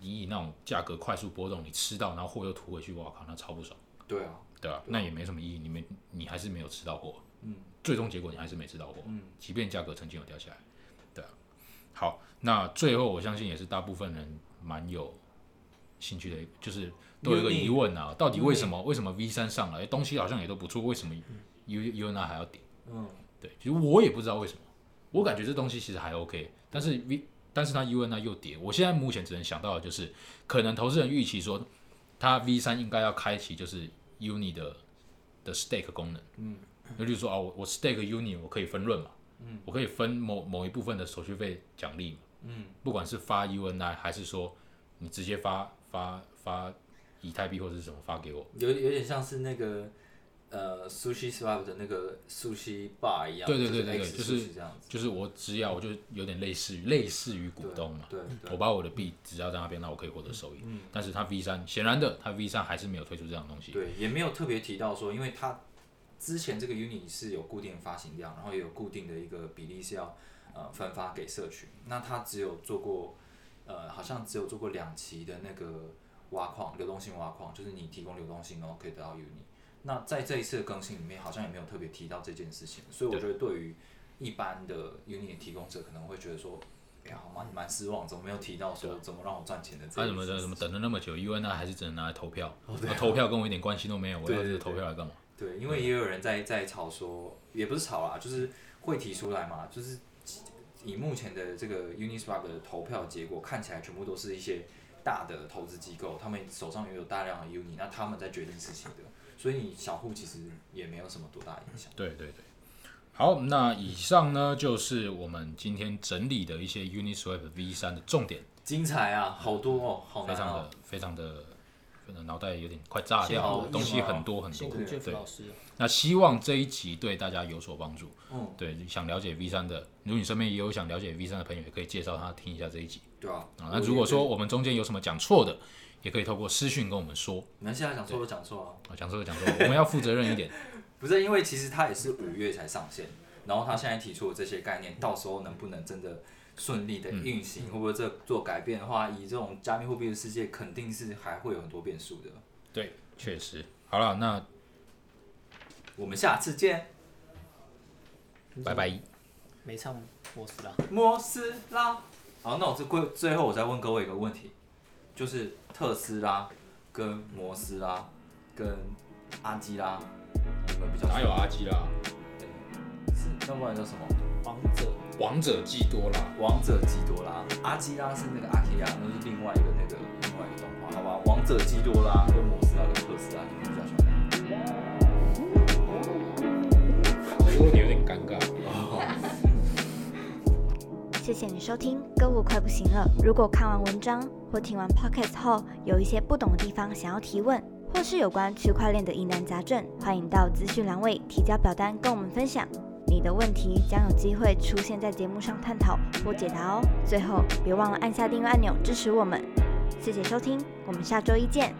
Speaker 1: 你以那种价格快速波动，你吃到然后货又吐回去，哇靠，那超不爽，
Speaker 2: 对啊。
Speaker 1: 对吧、那也没什么意义，你没你还是没有吃到货，嗯，最终结果你还是没吃到货，嗯，即便价格曾经有掉下来，对啊。好，那最后我相信也是大部分人蛮有兴趣的一，就是都有一个
Speaker 2: Uni
Speaker 1: 疑问啊，到底为什么为什么 V 三上来诶东西好像也都不错，为什么 U U N 还要顶？
Speaker 2: 嗯，
Speaker 1: 对，其实我也不知道为什么，我感觉这东西其实还 OK，但是 V 但是它 U N 那又跌，我现在目前只能想到的就是，可能投资人预期说它 V 三应该要开启就是 Uni 的的 stake 功能，嗯，那就是说啊，我我 stake Uni 我可以分润嘛，嗯，我可以分某某一部分的手续费奖励嘛，嗯，不管是发 U N I 还是说你直接发发发以太币或者是什么发给我，
Speaker 2: 有有点像是那个呃 sushi swap 的那个 sushi bar 一样，
Speaker 1: 对对对对对，
Speaker 2: 就
Speaker 1: 就是
Speaker 2: X
Speaker 1: 是
Speaker 2: sushi 这样子，
Speaker 1: 就是我只要我就有点类似于类似于股东嘛，
Speaker 2: 对对
Speaker 1: 我把我的币只要在那边，那我可以获得收益。但是它 V 三显然的，它 V 三还是没有推出这样的东西。
Speaker 2: 对，也没有特别提到说，因为它之前这个 uni 是有固定发行量，然后也有固定的一个比例是要呃分发给社群，那它只有做过呃好像只有做过两期的那个挖矿流动性挖矿，就是你提供流动性然后可以得到 uni。那在这一次的更新里面，好像也没有特别提到这件事情，所以我觉得对于一般的 uni 的提供者，可能会觉得说，哎呀，蛮蛮失望，怎么没有提到说怎么让我赚钱的这
Speaker 1: 它
Speaker 2: 一
Speaker 1: 怎么
Speaker 2: 件
Speaker 1: 的
Speaker 2: 事
Speaker 1: 怎么等了那么久，U N I 还是只能拿来投票，那投票跟我一点关系都没有，我
Speaker 2: 对
Speaker 1: 要
Speaker 2: 啊对
Speaker 1: 这
Speaker 2: 对
Speaker 1: 个投票来干嘛？
Speaker 2: 对对，因
Speaker 1: 嗯
Speaker 2: 为也有人在在吵说，也不是吵啦，就是会提出来嘛，就是以目前的这个 Uniswap 的投票结果看起来，全部都是一些大的投资机构，他们手上也有大量的 Uni，那他们在决定事情的，所以你小户其实也没有什么多大影响。
Speaker 1: 对对对。好，那以上呢就是我们今天整理的一些 Uniswap V 三的重点，
Speaker 2: 精彩啊，好多哦，好
Speaker 1: 非
Speaker 2: 难
Speaker 1: 常
Speaker 2: 哦
Speaker 1: 的。非常的，可能脑袋有点快炸
Speaker 4: 辛苦
Speaker 1: 掉
Speaker 4: 了
Speaker 1: 了，东西
Speaker 2: 辛苦了
Speaker 1: 很多很多
Speaker 4: 辛苦。Jeff
Speaker 1: 对
Speaker 4: 老，师，
Speaker 1: 那希望这一集对大家有所帮助。
Speaker 2: 嗯，
Speaker 1: 对，想了解 V 三的，如果你身边也有想了解 V 三的朋友，也可以介绍他听一下这一集
Speaker 2: 对啊。
Speaker 1: 啊。那如果说我们中间有什么讲错的，也可以透过私讯跟我们说
Speaker 2: 你们现在讲错都讲错啊，
Speaker 1: 啊，讲错就讲错，我们要负责任一点。
Speaker 2: 不是因为其实它也是五月才上线，然后他现在提出的这些概念，到时候能不能真的顺利的
Speaker 1: 嗯
Speaker 2: 运行，会不会这做改变的话，以这种加密货币的世界，肯定是还会有很多变数的。
Speaker 1: 对，确实。好了，那
Speaker 2: 我们下次见，
Speaker 1: 拜拜。
Speaker 4: 没唱摩斯啦。
Speaker 2: 摩斯拉。好，那我最最最后我再问各位一个问题，就是特斯拉跟摩斯拉跟阿基拉，你们比较
Speaker 1: 哪有阿基啦？
Speaker 2: 是那不然叫什么？
Speaker 4: 王者
Speaker 1: 王者技多啦。
Speaker 2: 王者基多拉，阿基拉是那个阿基亚，那是另外一个那个另外一个动画，好吧？王者基多拉跟摩斯拉跟特斯拉，你们比较喜欢哪一个？
Speaker 1: 这个问题哎有点尴尬。
Speaker 3: 谢谢你收听《歌舞快不行了》。如果看完文章或听完 podcast 后，有一些不懂的地方想要提问，或是有关区块链的疑难杂症，欢迎到资讯栏位提交表单跟我们分享。你的问题将有机会出现在节目上探讨或解答哦。最后，别忘了按下订阅按钮支持我们。谢谢收听，我们下周一见。